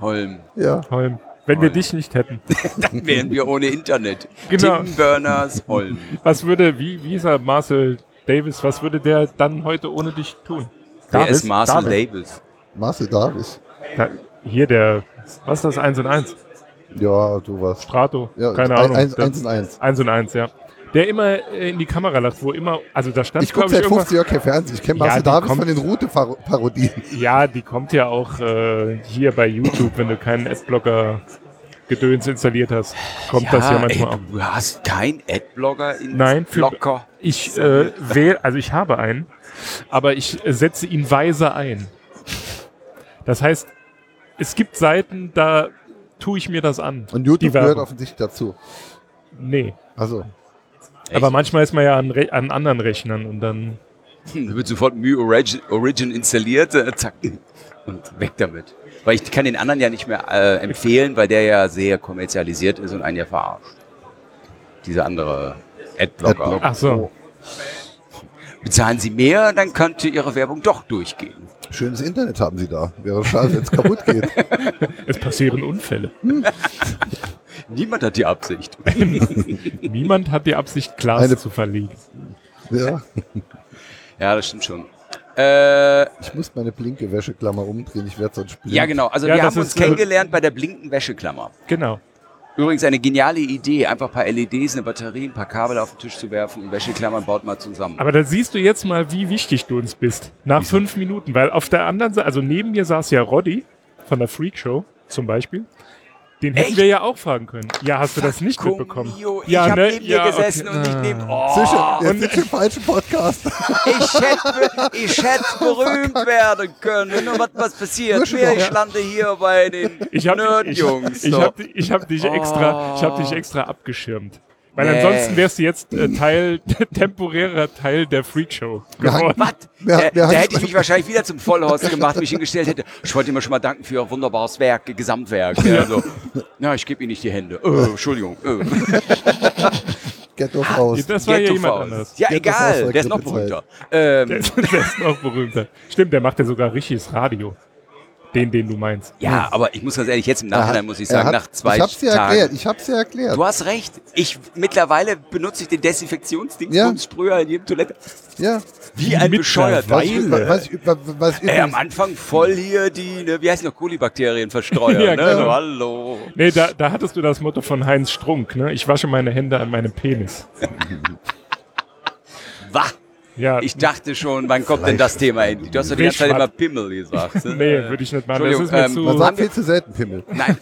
Holm, Ja. Holm. Wenn wir dich nicht hätten. dann wären wir ohne Internet. Genau. Tim Berners Holm. Was würde, wie, wie ist er, Marcel Davis, was würde der dann heute ohne dich tun? Wer ist Marcel Davis. Davis? Marcel Davis. Da, hier der, was ist das, 1 und 1? Ja, du was. Strato, Ja, keine ein- Ahnung. eins- Das- eins und eins. Eins und eins, ja. Der immer äh, in die Kamera lacht, wo immer, also da stand, Ich gucke glaube ich, seit irgendwas. 50 Jahren kein Fernsehen. Ich kenne Ja, Marcel die Davis kommt- von den Route-Parodien. Ja, die kommt ja auch äh, hier bei YouTube, wenn du keinen Adblocker Gedöns installiert hast, kommt das ja manchmal ey, auch. Du hast keinen Adblogger in Nein, für- Blocker. Ich äh, (laughs) wähle, also ich habe einen, aber ich äh, setze ihn weise ein. Das heißt, es gibt Seiten, da tue ich mir das an. Und YouTube Die gehört Werbung. offensichtlich dazu. Nee. Also, Aber manchmal ist man ja an, Re an anderen Rechnern und dann. Hm, Da wird sofort Mu Origin, Origin installiert, äh, zack, und weg damit. Weil ich kann den anderen ja nicht mehr äh, empfehlen, weil der ja sehr kommerzialisiert ist und einen ja verarscht. Diese andere Adblocker. Adblock. Ach so. Bezahlen sie mehr, dann könnte ihre Werbung doch durchgehen. schönes Internet haben sie da. Wäre schade, wenn es kaputt geht. Es (laughs) passieren Unfälle. Niemand hat die Absicht. Niemand hat die Absicht, Glas Eine- zu verlegen. Ja. Ja, das stimmt schon. Äh, Ich muss meine blinke Wäscheklammer umdrehen. Ich werde sonst blind. ja, genau. Also Ja, wir das haben uns ist, äh, kennengelernt bei der blinkenden Wäscheklammer. Genau. Übrigens eine geniale Idee, einfach ein paar LEDs, eine Batterie, ein paar Kabel auf den Tisch zu werfen und Wäscheklammern baut mal zusammen. Aber da siehst du jetzt mal, wie wichtig du uns bist. Nach fünf Minuten. Weil auf der anderen Seite, also neben mir saß ja Roddy von der Freak Show zum Beispiel. Den hätten Echt? wir ja auch fragen können. Ja, hast du das nicht mitbekommen? Mio, ich ja, Ah. hab neben dir gesessen und ich neben. Sicher, Oh, jetzt sind wir im falschen Podcast. ich hätte, ich hätte (laughs) Oh, berühmt werden können. Und was, was passiert? Wurscht doch, Mir, ich ja. lande hier bei den Ich habe ich, Nerdjungs. ich so. Oh. hab, dich- ich hab dich extra, ich hab dich extra abgeschirmt. Weil Nee. ansonsten wärst du jetzt äh, Teil, (laughs) temporärer Teil der Freakshow (laughs) geworden. Was? Wer- Äh, wer da hat- hätte ich mich wahrscheinlich wieder zum Vollhorst gemacht, mich hingestellt hätte. Ich wollte immer schon mal danken für Ihr wunderbares Werk, Gesamtwerk. Ja. Also, na, ich gebe Ihnen nicht die Hände. Äh, Entschuldigung. Äh. Get off Ah, raus. Das war ja Ghetto jemand Faust. anders. Ja, Ghetto Faust egal. war Der ist noch Grippezeit. berühmter. Ähm, Der ist, (laughs) der ist noch berühmter. Stimmt, der macht ja sogar richtiges Radio. Den, den du meinst. ja, aber ich muss ganz ehrlich, jetzt im Er hat- Nachhinein muss ich er sagen, hat- nach zwei Ich hab's dir Tagen. erklärt, ich hab's dir erklärt. Du hast recht. Ich mittlerweile benutze ich den Desinfektionsding Ja. und Sprüher in jedem Toilette. Ja. Wie ein Mittlerweile. Bescheuerter. Was, was, was, was, was Ey, am übrigens- Anfang voll hier die, ne, wie heißen noch (laughs) Kolibakterien verstreuen. Ja, ne? genau. so, hallo. Nee, da, da hattest du das Motto von Heinz Strunk, ne? Ich wasche meine Hände an meinem Penis. Wah. Ja, Ich dachte schon, wann kommt denn das Thema endlich? Du hast doch die ganze Zeit immer Fischfahrt. Pimmel (laughs) gesagt. ne? nee, würde ich nicht machen. Das ist Entschuldigung, mir ähm, man zu. sagt viel zu selten Pimmel. Nein.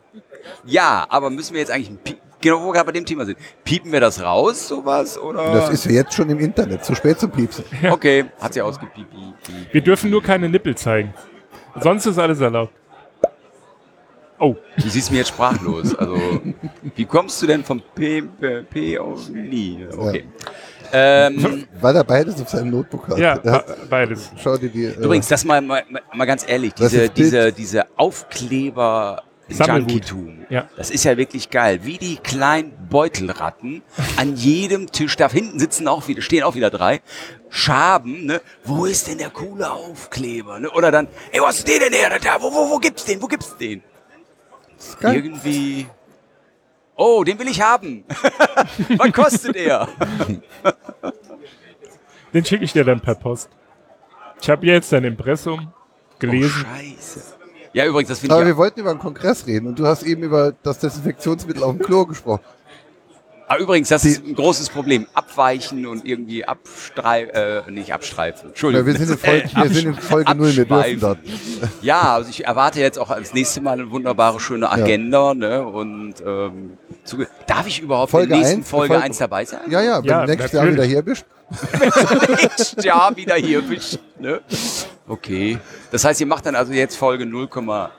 (laughs) ja, aber müssen wir jetzt eigentlich ein Piep- genau wo wir gerade bei dem Thema sind. Piepen wir das raus, sowas? Oder? Das ist ja jetzt schon im Internet, zu spät zum Piepsen. okay, hat sie ausgepiept. piep, piep. Wir dürfen nur keine Nippel zeigen. Sonst ist alles erlaubt. Oh, Du siehst mich jetzt sprachlos. Also, wie kommst du denn vom P, P, P auf Ni? Okay. Ähm, Weil er beides auf seinem Notebook hat. ja, Ja. be- beides. Schau dir die. äh, übrigens, das mal, mal, mal ganz ehrlich, Das diese, ist Bild. diese, diese Aufkleber Sammelwut. Junkie-Tum, Ja. das ist ja wirklich geil. Wie die kleinen Beutelratten an jedem Tisch, da hinten sitzen auch wieder, stehen auch wieder drei, Schaben, ne? Wo ist denn der coole Aufkleber? Ne? Oder dann, ey, wo hast du den denn her? Da, wo, wo, wo gibt's den? Wo gibt's den? ist geil. Irgendwie. Oh, den will ich haben. (laughs) Was kostet er? Den schicke ich dir dann per Post. Ich habe jetzt dein Impressum gelesen. Scheiße. Ja, übrigens, das finde Aber ich. wir wollten über einen Kongress reden und du hast eben über das Desinfektionsmittel auf dem Klo gesprochen. Ah, übrigens, das ist ein großes Problem. Abweichen und irgendwie abstreifen. Äh, nicht abstreifen. Ja, Entschuldigung. wir sind in Folge, (laughs) wir sind in Folge 0, wir dürfen das. Ja, also ich erwarte jetzt auch das nächste Mal eine wunderbare, schöne Agenda. Ne? Und ähm, zuge- darf ich überhaupt in Folge der nächsten eins, Folge Folge- 1 dabei sein? Ja, ja, wenn Ja, du nächstes Jahr wieder natürlich. hier bist. Nächstes Jahr wieder hier bist. Ne? Okay. Das heißt, ihr macht dann also jetzt Folge 0,1,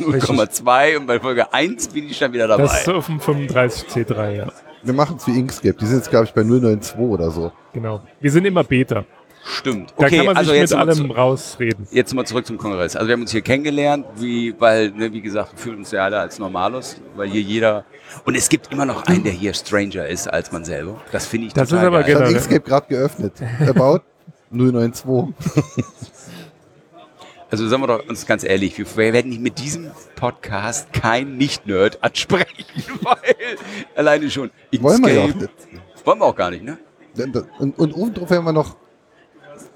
0,2 und bei Folge 1 bin ich dann wieder dabei. Das ist auf dem 35C3, ja. Wir machen es wie Inkscape. Die sind jetzt, glaube ich, bei 092 oder so. Genau. Wir sind immer Beta. Stimmt. Da kann man sich also mit jetzt mal allem zu- rausreden. Jetzt mal zurück zum Kongress. Also wir haben uns hier kennengelernt, wie, weil, ne, wie gesagt, wir fühlen uns ja alle als Normalos, weil hier jeder... Und es gibt immer noch einen, der hier stranger ist als man selber. Das finde ich Das total ist aber geil. Ich Genau, habe ne? Inkscape gerade geöffnet. (laughs) About 092. Also sagen wir doch uns ganz ehrlich, wir wir werden mit diesem Podcast kein Nicht-Nerd ansprechen, (laughs) weil alleine schon Wollen wir ja auch Inkscape- Wollen wir auch gar nicht, ne? Und, und oben drauf werden wir noch,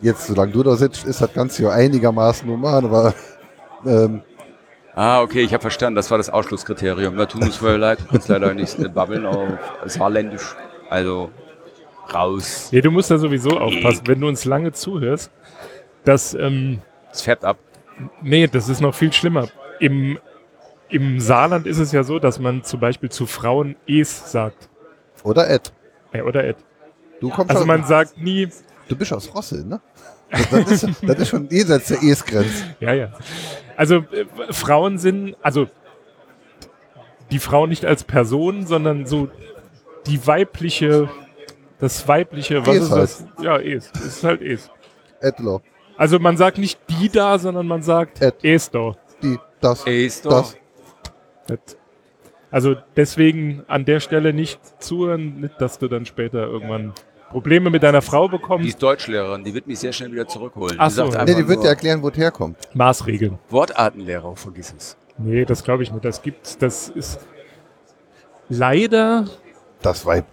jetzt solange du da sitzt, ist das Ganze ja einigermaßen human, aber ähm, Ah, okay, ich habe verstanden, das war das Ausschlusskriterium. Na, tun uns wohl leid, du kannst leider nicht äh, babbeln auf Saarländisch. Also, raus. Nee, du musst da sowieso aufpassen, wenn du uns lange zuhörst, dass, ähm, Es färbt ab. nee, das ist noch viel schlimmer. Im, Im Saarland ist es ja so, dass man zum Beispiel zu Frauen es sagt. oder Ed. Äh, oder Ed. Du kommst Also schon, man sagt nie, du bist aus Rossel, ne? Das, das, ist, das ist schon jenseits der Es-Grenze. ja, ja. Also äh, Frauen sind, also die Frau nicht als Person, sondern so die weibliche, das weibliche, was Es ist das? Ja, es. Es ist halt es. Edlo. Also man sagt nicht die da, sondern man sagt Ed. es da. Die, das. Ist Das. Das- Also deswegen an der Stelle nicht zuhören, nicht, dass du dann später irgendwann Probleme mit deiner Frau Die bekommst. ist Deutschlehrerin, die wird mich sehr schnell wieder zurückholen. Ach die sagt so. einfach Nee, die wird nur, dir erklären, wo es herkommt. Maßregeln. Wortartenlehrer, vergiss es. Nee, das glaube ich nicht. Das gibt's, das ist leider, Das Weib.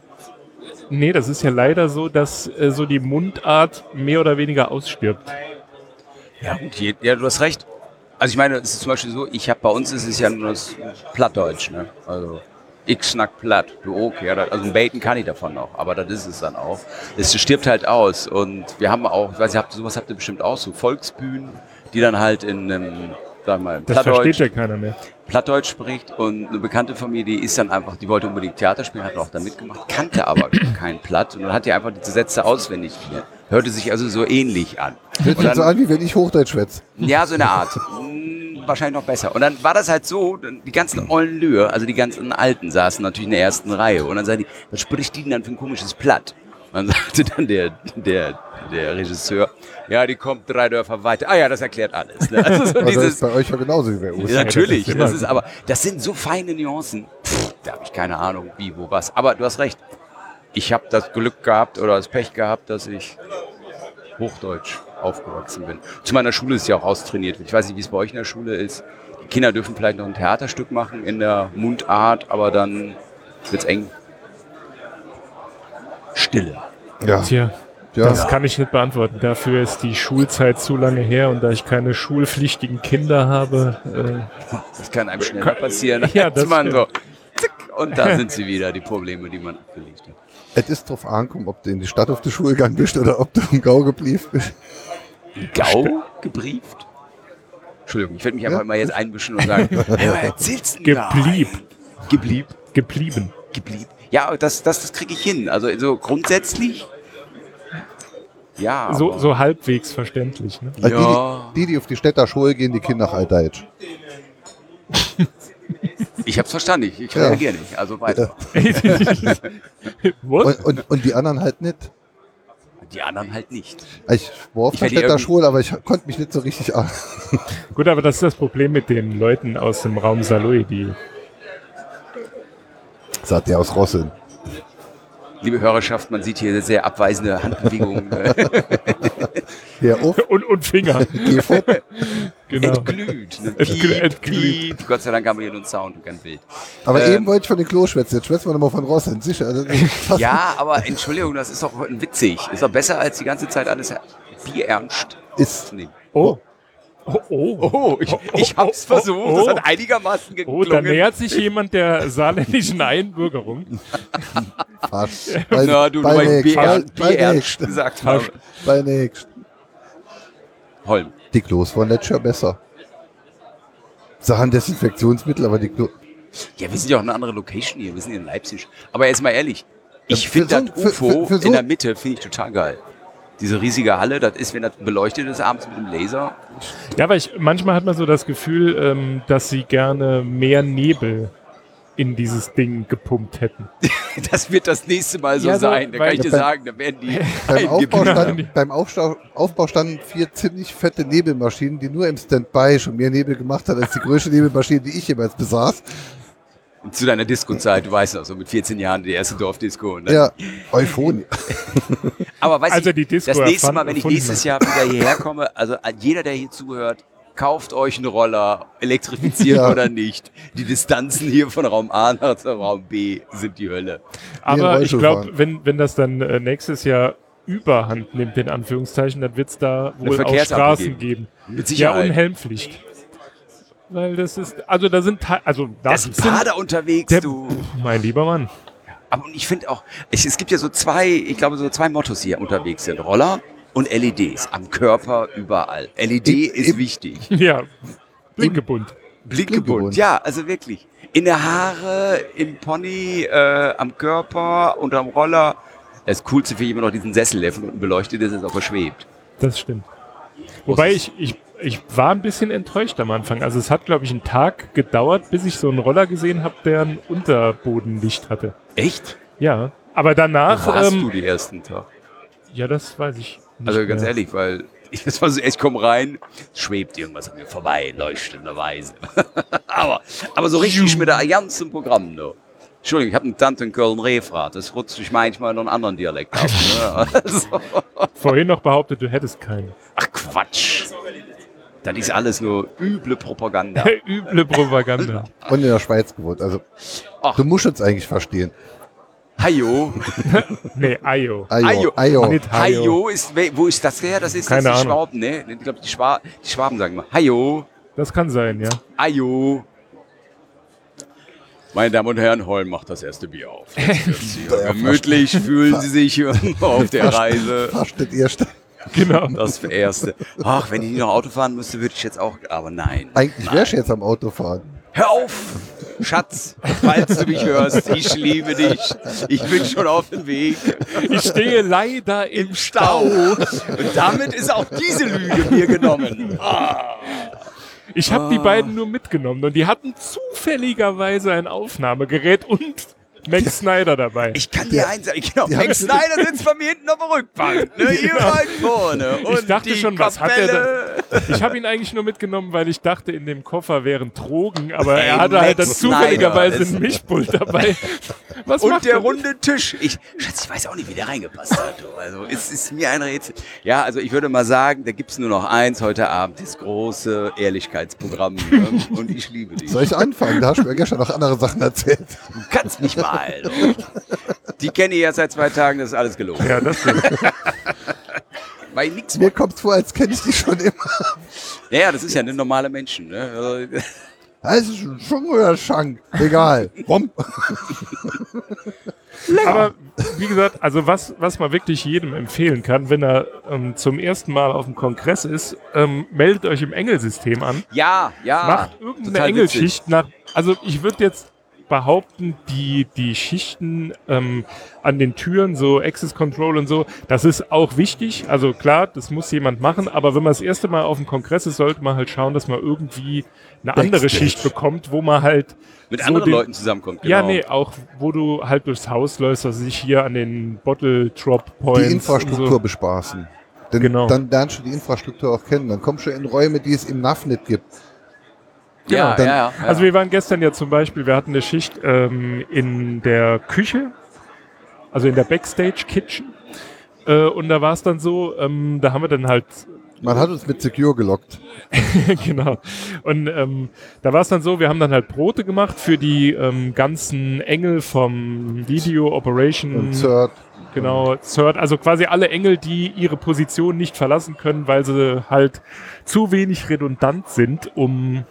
nee, das ist ja leider so, dass äh, so die Mundart mehr oder weniger ausstirbt. Ja, gut, je- ja, du hast recht. Also ich meine, es ist zum Beispiel so, ich habe bei uns ist es ja nur das Plattdeutsch, ne? Also ich schnack platt, du okay, ja, das- also ein Baiten kann ich davon noch, aber das ist es dann auch. Es stirbt halt aus und wir haben auch, ich weiß nicht, habt ihr- sowas habt ihr bestimmt auch, so Volksbühnen, die dann halt in einem, sagen wir mal, Das versteht ja keiner mehr. Plattdeutsch spricht und eine bekannte von mir, die ist dann einfach, die wollte unbedingt Theater spielen, hat auch da mitgemacht, kannte aber kein Platt und dann hat die einfach diese Sätze auswendig gelernt. Hörte sich also so ähnlich an. Hört Und sich so dann, an, wie wenn ich Hochdeutsch schwätze. ja, so eine Art. Mm, wahrscheinlich noch besser. Und dann war das halt so, dann die ganzen ollen Lühe, also die ganzen Alten saßen natürlich in der ersten Reihe. Und dann sagen die, was spricht die denn dann für ein komisches Platt? Und dann (laughs) sagte dann der, der, der Regisseur, ja, die kommt drei Dörfer weiter. Ah ja, das erklärt alles. Ne? Also so Aber das ist dieses, bei euch ja genauso wie bei uns. ja, natürlich, das ist immer das ist so. aber, das sind so feine Nuancen. Pff, da habe ich keine Ahnung, wie, wo, was. Aber du hast recht. Ich habe das Glück gehabt oder das Pech gehabt, dass ich Hochdeutsch aufgewachsen bin. Zu meiner Schule ist ja auch austrainiert. Ich weiß nicht, wie es bei euch in der Schule ist. Die Kinder dürfen vielleicht noch ein Theaterstück machen in der Mundart, aber dann wird's eng. Stille. Ja, Tja, ja. das kann ich nicht beantworten. Dafür ist die Schulzeit zu lange her und da ich keine schulpflichtigen Kinder habe, äh, Das kann einem schnell passieren. Ja, das Als man so, stimmt. zick, und da sind sie wieder, die Probleme, die man abgelegt hat. Es ist drauf angekommen, ob du in die Stadt auf die Schule gegangen bist oder ob du im Gau geblieben bist. Gau gebrieft? Entschuldigung, ich werde mich einfach mal jetzt einmischen und (laughs) sagen, hey, was erzählst du denn da? Geblieb. Geblieb. äh, geblieben. Geblieb. Ja, das, das, das kriege ich hin. Also so grundsätzlich, ja. So, aber- so halbwegs verständlich. Ne? Also Ja. die, die, die auf die Städter Schule gehen, die gehen nach Altdeutsch. Ich habe es verstanden, ich, ich Ja. reagiere nicht. Also weiter. (laughs) What? Und, und, und die anderen halt nicht. Die anderen halt nicht. Ich war auf Ich der hätte Städter irgend- Schule, aber ich konnte mich nicht so richtig an. Gut, aber das ist das Problem mit den Leuten aus dem Raum Saloy, die Sagt der aus Rosseln. Liebe Hörerschaft, man sieht hier sehr abweisende Handbewegungen. äh, Der auf, und, und Finger. (laughs) geh fort. (laughs) Genau. Entglüht. Ne? Entglü- Piep, entglüht. piep. Gott sei Dank haben wir hier nur einen Sound und kein Bild. Aber Ähm. eben wollte ich von den Klo schwätzen. Jetzt schwätzen wir nochmal von Rosseln. Sicher. (laughs) Also, das ist fast- Ja, aber Entschuldigung, das ist doch witzig. Ist doch besser als die ganze Zeit alles bierernst Ist, zu nehmen. Oh. Oh, oh. Oh, ich, ich hab's oh, versucht. oh. Das hat einigermaßen Oh, geklungen. da nähert sich jemand der saarländischen Einbürgerung. Arsch. Bei, Na, du, du bei mein nächst, BR, bei, bei BR nächst, gesagt Falsch. habe. bei nächst. Holm. Die Klos waren letztes Jahr besser. Sachen Desinfektionsmittel, aber die Klo. Ja, wir sind ja auch in einer anderen Location hier. Wir sind in Leipzig. Aber jetzt mal ehrlich. Ich Ja, finde für das so ein- für- UFO für- für so- in der Mitte finde ich total geil. Diese riesige Halle, das ist, wenn das beleuchtet ist abends mit dem Laser. (laughs) Ja, aber ich, manchmal hat man so das Gefühl, ähm, dass sie gerne mehr Nebel in dieses Ding gepumpt hätten. Das wird das nächste Mal so Ja, so, sein. Da kann weil- ich dir Beim- sagen, da werden (laughs) die Beim Aufbau, eingebildet. stand, beim Aufstau, Aufbau standen vier ziemlich fette Nebelmaschinen, die nur im Standby schon mehr Nebel gemacht hat als die größte Nebelmaschine, die ich jemals besaß. Zu deiner Disco-Zeit, du weißt noch, so mit 14 Jahren die erste Dorfdisco. Und dann Ja, Euphonie. Aber weißt Als du, er die Disco das nächste erfand, Mal, wenn ich erfunden nächstes hat. Jahr wieder hierher komme, also jeder, der hier zuhört, kauft euch einen Roller, (laughs) elektrifiziert Ja. oder nicht. Die Distanzen hier von Raum A nach zum Raum B sind die Hölle. Aber ich Rollstuhl glaube, fahren. wenn, wenn das dann äh, nächstes Jahr überhand nimmt, in Anführungszeichen, dann wird es da wohl auch Verkehrsampel Straßen geben. Ja, Mit und Sicherheit. Helmpflicht. Weil das ist, also da sind, te- also da das ist ein paar da unterwegs, der, du. mein lieber Mann. (laughs) Aber ich finde auch, es, es gibt ja so zwei, ich glaube, so zwei Mottos die hier unterwegs sind. Roller und LEDs am Körper überall. LED Im- ist im- wichtig. Ja, blinkebunt. Blickgebunden. Blickgebunden. Ja, also wirklich. In der Haare, im Pony, äh, am Körper, unterm Roller. Das Coolste finde ich immer noch diesen Sessel, der von unten beleuchtet ist, ist aber schwebt. Das stimmt. Wobei ich, ich, ich war ein bisschen enttäuscht am Anfang. Also es hat, glaube ich, einen Tag gedauert, bis ich so einen Roller gesehen habe, der ein Unterbodenlicht hatte. Echt? Ja. Aber danach, Wo hast du ähm, die ersten Tag? ja, das weiß ich. Nicht Also ganz mehr. ehrlich, weil ich das war so, ich komm rein, es schwebt irgendwas an mir vorbei, leuchtenderweise. (laughs) aber, aber so richtig mit der Allianz im Programm, ne? Entschuldigung, ich habe eine Tante in Köln-Refrat. Das rutscht sich manchmal noch einen anderen Dialekt ab. Ne? Also. Vorhin noch behauptet, du hättest keinen. (laughs) Ach Quatsch. Das ist alles nur üble Propaganda. Üble Propaganda. Und in der Schweiz gewohnt. Also, Ach. du musst uns eigentlich verstehen. Hajo. Nee, Ayo. Ajo, Ajo. Ajo. Nicht Hayo. Hajo ist, we- wo ist das her? Das ist Keine das ist die Ahnung. Schwaben, ne? Ich glaube, die, Schwa die Schwaben sagen mal Hajo, Das kann sein, ja. Ajo. Meine Damen und Herren, Holm macht das erste Bier auf. (laughs) Jetzt wird's hier Gemütlich fühlen Sie sich (laughs) auf der Reise. Versteht ihr? st- Genau. Das erste. Ach, wenn ich nicht noch Auto fahren müsste, würde ich jetzt auch. Aber nein. Eigentlich wärst du jetzt am Autofahren. Hör auf, Schatz, falls du mich hörst. Ich liebe dich. Ich bin schon auf dem Weg Ich stehe leider im im Stau. Und damit ist auch diese Lüge mir genommen. Ah. Ich habe die beiden nur mitgenommen und die hatten zufälligerweise ein Aufnahmegerät und Max Snyder dabei. Ich kann dir eins sagen, genau, Ja. Max Snyder sitzt bei mir hinten auf der (laughs) Rückbank. Ne? Ihr weit vorne. Und dachte die schon, was hat der Kapelle. Ich habe ihn eigentlich nur mitgenommen, weil ich dachte, in dem Koffer wären Drogen, aber Ey, er hatte Max halt dann Snyder zufälligerweise ist- einen Mischpult (laughs) dabei. Was Und macht der er? runde Tisch. Ich, Schatz, ich weiß auch nicht, wie der reingepasst hat. du. Also, es ist mir ein Rätsel. Ja, also ich würde mal sagen, da gibt's nur noch eins heute Abend, das große (laughs) Ehrlichkeitsprogramm. ne? Und ich liebe dich. Soll ich anfangen? Da hast du mir gestern noch andere Sachen erzählt. Du kannst nicht mal. Du. Die kenne ich ja seit zwei Tagen, das ist alles gelogen. Ja, das stimmt. Weil nichts Mir kommt es vor, als kenne ich die schon immer. Naja, das ist ja eine normale Menschen. Ne? Also, Das ist ein Schung Also, oder Schank. Egal. Rom. Aber wie gesagt, also was, was man wirklich jedem empfehlen kann, wenn er ähm, zum ersten Mal auf dem Kongress ist, ähm, meldet euch im Engelsystem an. ja, ja. macht irgendeine Ah, total witzig. Engelschicht nach. Also ich würde jetzt behaupten, die, die Schichten ähm, an den Türen, so Access Control und so, das ist auch wichtig. Also klar, das muss jemand machen, aber wenn man das erste Mal auf dem Kongress ist, sollte man halt schauen, dass man irgendwie eine andere Backstage. Schicht bekommt, wo man halt Mit so anderen den- Leuten zusammenkommt. genau. Ja, Genau. nee, auch wo du halt durchs Haus läufst, also sich hier an den Bottle Drop Die Points. Infrastruktur Und so. bespaßen. Denn Genau. dann lernst du die Infrastruktur auch kennen. Dann kommst du in Räume, die es im NAV nicht gibt. Ja, Genau. ja, ja, ja. Also wir waren gestern ja zum Beispiel, wir hatten eine Schicht ähm, in der Küche, also in der Backstage Kitchen. Äh, und da war es dann so, ähm, da haben wir dann halt, (laughs) Man hat uns mit Secure gelockt. genau, und ähm, da war es dann so, wir haben dann halt Brote gemacht für die ähm, ganzen Engel vom Video Operation, Und Zert. genau, Third, also quasi alle Engel, die ihre Position nicht verlassen können, weil sie halt zu wenig redundant sind, um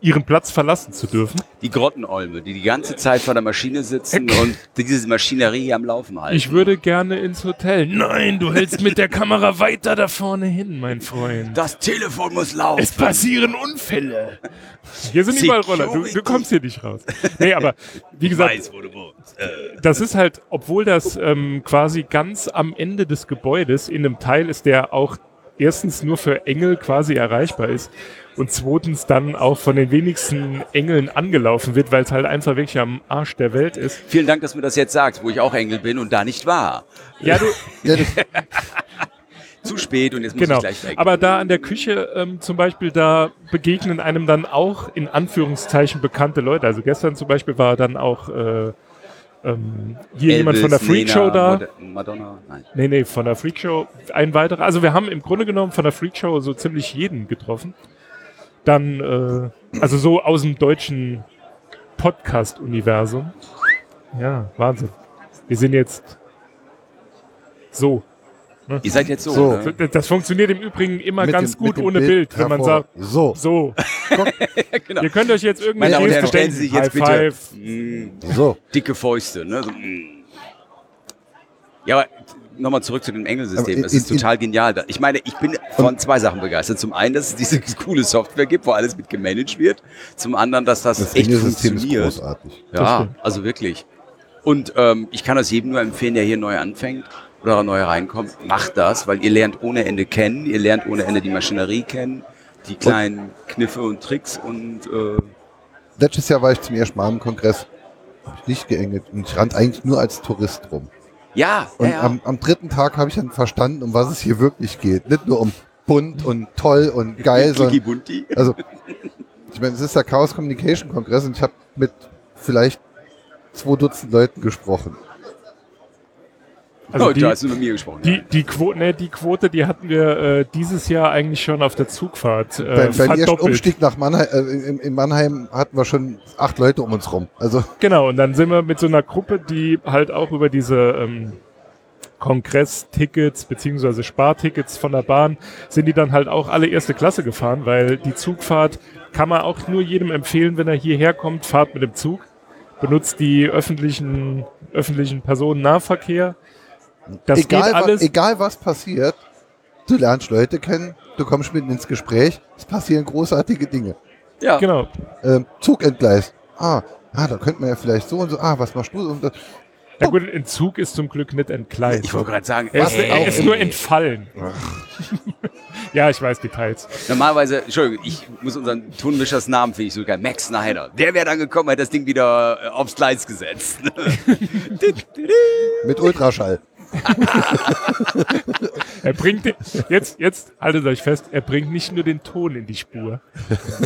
ihren Platz verlassen zu dürfen. Die Grottenolme, die die ganze Zeit vor der Maschine sitzen und diese Maschinerie hier am Laufen halten. Ich würde gerne ins Hotel. Nein, du hältst mit (laughs) der Kamera weiter da vorne hin, mein Freund. das Telefon muss laufen. Es passieren Unfälle. Hier sind überall Roller. Du, du kommst hier nicht raus. Nee, aber wie Ich gesagt, weiß, wo du wohnst. Äh, das ist halt, obwohl das ähm, quasi ganz am Ende des Gebäudes in einem Teil ist, der auch erstens nur für Engel quasi erreichbar ist und zweitens dann auch von den wenigsten Engeln angelaufen wird, weil es halt einfach wirklich am Arsch der Welt ist. vielen Dank, dass du mir das jetzt sagst, wo ich auch Engel bin und da nicht war. (laughs) Ja, du, Ja, das, Zu spät und jetzt muss Genau. ich gleich weg. Aber da an der Küche ähm, zum Beispiel, da begegnen einem dann auch in Anführungszeichen bekannte Leute. Also gestern zum Beispiel war dann auch äh, ähm, hier jemand von der Elvis, Freakshow da. Nena, Mod- Madonna, nein. Nee, nee, von der Freakshow ein weiterer. Also wir haben im Grunde genommen von der Freakshow so ziemlich jeden getroffen. Dann, äh, also so aus dem deutschen Podcast-Universum. Ja, Wahnsinn. Wir sind jetzt so. Ihr seid jetzt so. So. Ne? Das funktioniert im Übrigen immer mit ganz dem- mit gut dem ohne Bild, wenn man hervor. sagt, So. (laughs) so. genau. Ihr könnt euch jetzt irgendwie Meine Damen und Geste Herren, stellen Sie sich jetzt High bitte Hm. Five. mh, So. dicke Fäuste. Ne? So, mh. ja, aber nochmal zurück zu dem Aber Engelsystem. in- Das ist in- total genial. Da- Ich meine, ich bin von zwei Sachen begeistert. Zum einen, dass es diese (laughs) coole Software gibt, wo alles mit gemanagt wird. Zum anderen, dass das, Das echt Engelsystem ist funktioniert. großartig. Das Ja, stimmt. also wirklich. Und ähm, ich kann das jedem nur empfehlen, der hier neu anfängt oder neu reinkommt, macht das, weil ihr lernt ohne Ende kennen, ihr lernt ohne Ende die Maschinerie kennen, die kleinen Kniffe und Tricks und äh, Letztes Jahr war ich zum ersten Mal am Kongress. Hab ich nicht geengelt. Und ich rannte eigentlich nur als Tourist rum. ja, ja, Und ja. Am, am dritten Tag habe ich dann verstanden, um was es hier wirklich geht. Nicht nur um bunt und toll und geil, Kiki sondern Bunti. also ich meine, es ist der Chaos Communication Kongress und ich habe mit vielleicht zwei Dutzend Leuten gesprochen. Äh, Also oh, die, da hast du mit mir gesprochen. die, die, Quote, ne, die Quote, die hatten wir äh, dieses Jahr eigentlich schon auf der Zugfahrt äh, beim beim ersten verdoppelt. Umstieg nach Mannheim, äh, in, in Mannheim hatten wir schon acht Leute um uns rum. Also Genau, und dann sind wir mit so einer Gruppe, die halt auch über diese ähm, Kongress-Tickets beziehungsweise Spartickets von der Bahn, sind die dann halt auch alle erste Klasse gefahren, weil die Zugfahrt kann man auch nur jedem empfehlen, wenn er hierher kommt, fahrt mit dem Zug, benutzt die öffentlichen, öffentlichen Personennahverkehr. Das egal, geht alles. was, egal was passiert, du lernst Leute kennen, du kommst mit ihnen ins Gespräch, es passieren großartige Dinge. ja. genau. Ähm, Zugentgleis. Ah, ah, da könnte man ja vielleicht so und so. Ah, was machst du? Und das, Ja gut, ein Zug ist zum Glück nicht entgleist. Ich wollte gerade sagen, Er ist, ey, er ist ey, nur ey. entfallen. (laughs) Ja, ich weiß Details. Normalerweise, Entschuldigung, ich muss unseren Tonmischers Namen, finde ich so geil, Max Snyder. Der wäre dann gekommen, hätte das Ding wieder äh, aufs (laughs) Gleis gesetzt. Mit Ultraschall. Er bringt den, jetzt, jetzt haltet euch fest, er bringt nicht nur den Ton in die Spur.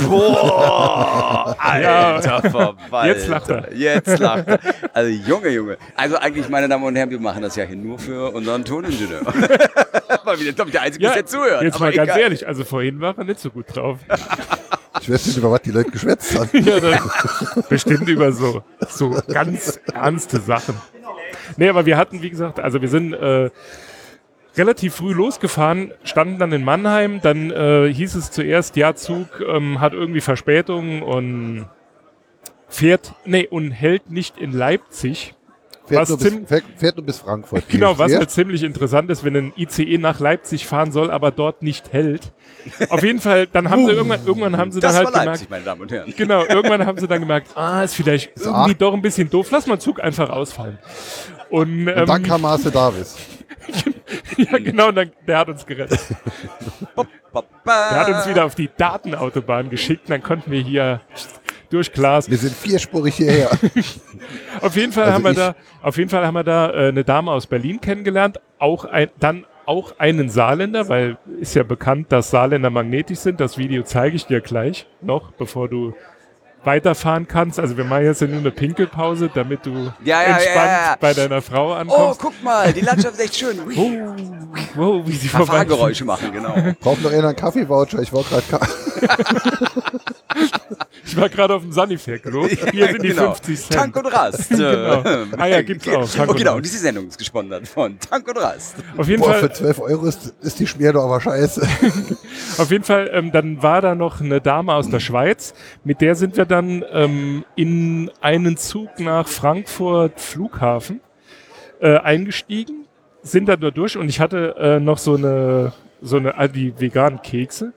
Boah, alter Verwalter. Jetzt lacht er. Jetzt lacht er. Also Junge, Junge. Also eigentlich, meine Damen und Herren, wir machen das ja hier nur für unseren Toningenieur. (laughs) Weil wir, glaube ich, der Einzige ist, der zuhört. jetzt Aber mal ganz egal. ehrlich, also vorhin war er nicht so gut drauf. Ich weiß nicht, über was die Leute geschwätzt (laughs) haben. Ja, das- bestimmt über so, so ganz ernste Sachen. Nee, aber wir hatten, wie gesagt, also wir sind äh, relativ früh losgefahren, standen dann in Mannheim, dann äh, hieß es zuerst, ja, Zug ähm, hat irgendwie Verspätung und fährt, nee, und hält nicht in Leipzig. Fährt Was nur, bis, Tim- fährt, fährt nur bis Frankfurt. Genau, was Ja? halt ziemlich interessant ist, wenn ein ICE nach Leipzig fahren soll, aber dort nicht hält. Auf jeden Fall, dann haben sie irgendwann, irgendwann haben sie Das dann halt war gemerkt, Leipzig, meine Damen und Herren. Genau, irgendwann haben sie dann gemerkt, (laughs) ah, ist vielleicht irgendwie Aachen. doch ein bisschen doof, lass mal den Zug einfach ausfallen. Und, ähm, Und (laughs) dann kam Marcel Davis. ja, genau, und dann, der hat uns gerettet. Der hat (laughs) uns wieder auf die Datenautobahn geschickt, und dann konnten wir hier durch Glas. Wir sind vierspurig hierher. Auf jeden Fall Also haben wir ich- da, auf jeden Fall haben wir da äh, eine Dame aus Berlin kennengelernt, auch ein, dann auch einen Saarländer, weil ist ja bekannt, dass Saarländer magnetisch sind. Das Video zeige ich dir gleich noch, bevor du weiterfahren kannst. Also wir machen jetzt ja nur eine Pinkelpause, damit du ja, ja, entspannt ja. bei deiner Frau Oh, ankommst. Oh, guck mal, die Landschaft ist echt schön. Ui, Wow, wie sie paar vorbei Fahrgeräusche machen, genau. Braucht noch einer einen Kaffee-Voucher? Ich war gerade Ka Ich war gerade auf dem (laughs) Sanifair-Klo. Hier sind die Genau. 50 Tank Cent. und (laughs) Rast. Genau. Ah ja, gibt's auch. Tank oh, und genau, Rast. und diese Sendung ist gesponsert von Tank und Rast. Auf jeden Boah, Fall für 12 Euro ist, ist die Schmier doch aber scheiße. Auf jeden Fall, ähm, dann war da noch eine Dame aus der Schweiz. Mit der sind wir dann ähm, in einen Zug nach Frankfurt Flughafen äh, eingestiegen, sind dann nur durch und ich hatte äh, noch so eine, so eine, ah, die veganen Kekse.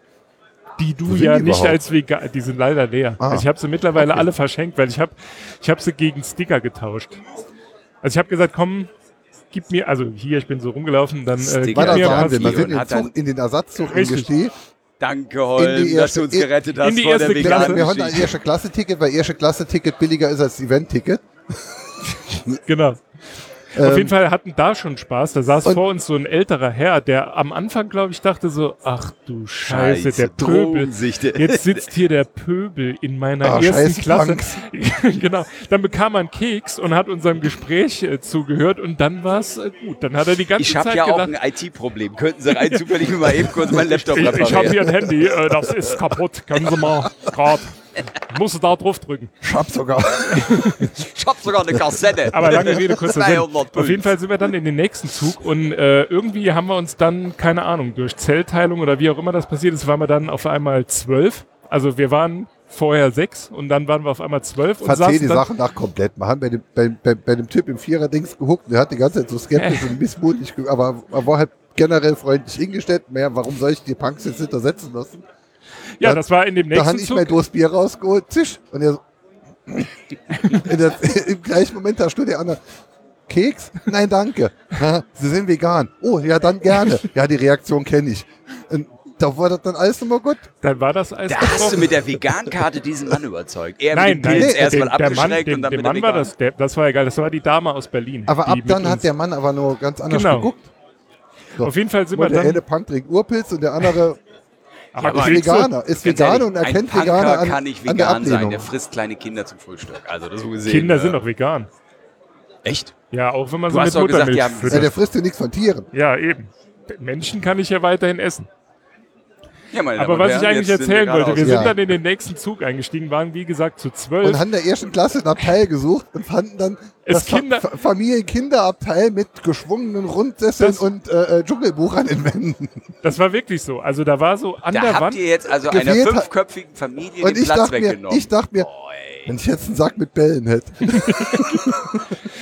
Die Wo du sind ja die nicht überhaupt? als vegan, die sind leider leer. Ah. Also ich habe sie mittlerweile alle verschenkt, weil ich habe ich hab sie gegen Sticker getauscht. Also ich habe gesagt, komm, gib mir, also hier, ich bin so rumgelaufen, dann äh, gib Sticker. War mir das Ja, was- Wahnsinn. Wir passiert. sind in Hat den, ein- Zug, in den Ersatzdug Richtig. umgestiegen. Danke, In die Holm, dass erste- du uns in- gerettet hast in die vor der erste Wir Klasse. haben, veganen wir haben ein Geschichte. erste Klasse Ticket, weil erste Klasse Ticket billiger ist als Event Ticket. Genau. Auf jeden Fall hatten da schon Spaß. Da saß vor uns so ein älterer Herr, der am Anfang, glaube ich, dachte so, ach du Scheiße, Scheiße, der Pöbel. Drogensicht. Jetzt sitzt hier der Pöbel in meiner Ah, ersten scheiß Klasse. (laughs) genau. Dann bekam er einen Keks und hat unserem Gespräch äh, zugehört und dann war es äh, gut. Dann hat er die ganze Ich habe Zeit ja auch gedacht, ein IT-Problem. Könnten Sie rein zufällig mal eben kurz meinen Laptop ich, ich habe reparieren? hier ein Handy, äh, das ist kaputt. Können Sie mal grad. Muss da drauf drücken. Ich hab sogar. Ich habe sogar eine Kassette. Aber lange Rede, kurzer Sinn. 300 Auf jeden Fall sind wir dann in den nächsten Zug und äh, irgendwie haben wir uns dann, keine Ahnung, durch Zellteilung oder wie auch immer das passiert ist, waren wir dann auf einmal zwölf. Also wir waren vorher sechs und dann waren wir auf einmal zwölf und Verzeih die saßen dann, Sachen nach komplett. Wir haben bei dem, bei, bei, bei dem Typ im Vierer-Dings gehuckt, der hat die ganze Zeit so skeptisch und missmutig, ge- aber er war halt generell freundlich hingestellt. Naja, warum soll ich die Punks jetzt hintersetzen lassen? ja, da- das war in dem Da nächsten habe ich mein Zug. Dose Bier rausgeholt, zisch. Und er so. (clears throat) In der, Im gleichen Moment da stund der andere. Keks? Nein, danke. Ha, Sie sind vegan. Oh, ja, dann gerne. Ja, die Reaktion kenne ich. Und da war das dann alles nochmal gut. Dann war das Eis Da hast du gebrochen. mit der Vegan-Karte diesen Mann überzeugt. Er Nein, mit dem nein, Pilz den- erstmal der Mann, abgeschreckt dem, und dann dem mit der Mann war Vegan. das, der, das war egal, das war die Dame aus Berlin. Aber die ab mit dann uns- hat der Mann aber nur ganz anders Genau. geguckt. So. Auf jeden Fall sind wir Und der dann, eine Punk trinkt Urpilz und der andere aber aber ist kriegst du- Veganer. Ist Ganz Veganer ehrlich, und erkennt ein Veganer Punker an, kann nicht an der vegan sein. Ablehnung. Der frisst kleine Kinder zum Frühstück. Also das so gesehen. Kinder äh, sind doch vegan. Echt? Ja, auch wenn man Du so hast mit doch gesagt, die Muttermilch haben- ja, füttert. der frisst ja nichts von Tieren. Ja, eben. Menschen kann ich ja weiterhin essen. Ja, meine Aber Damen und was ich Herren, eigentlich jetzt sind wir erzählen gerade wollte, wir aus- sind Ja. dann in den nächsten Zug eingestiegen, waren wie gesagt zu Und zwölf. haben in der ersten Klasse ein Abteil gesucht und fanden dann Es das Fa- Kinder- Fa Familien-Kinderabteil mit geschwungenen Rundsesseln Das- und äh, äh, Dschungelbuch an den Wänden. Das war wirklich so. Also da war so an Da der habt Wand. ihr jetzt also einer gewählt hat- fünfköpfigen Familie Und den ich Platz dachte, mir, weggenommen. ich dachte mir, wenn ich jetzt einen Sack mit Bällen hätte.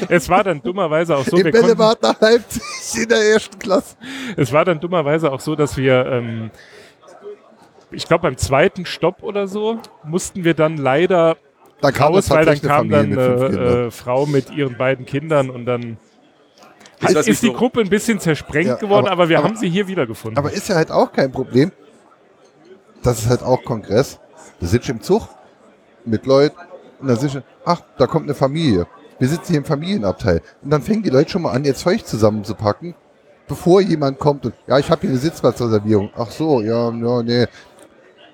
Es war dann dummerweise (laughs) auch so. Im Wir konnten, Bällebad nach Leipzig in der ersten Klasse. es war dann dummerweise auch so, dass wir, ähm, ich glaube beim zweiten Stopp oder so mussten wir dann leider Da kam raus, es weil dann äh, tatsächlich eine kam Familie dann mit fünf eine Kindern. äh, Frau mit ihren beiden Kindern und dann Ist das ist die nicht so? Gruppe ein bisschen zersprengt Ja, geworden, aber- aber, wir aber- haben sie hier wiedergefunden. Aber ist ja halt auch kein Problem. Das ist halt auch Kongress. Da sitzt im Zug mit Leuten und dann sitzt, ach, da kommt eine Familie. Wir sitzen hier im Familienabteil. Und dann fängen die Leute schon mal an, ihr Zeug zusammenzupacken, bevor jemand kommt und, ja, ich habe hier eine Sitzplatzreservierung. Ach so, ja, ja, nee.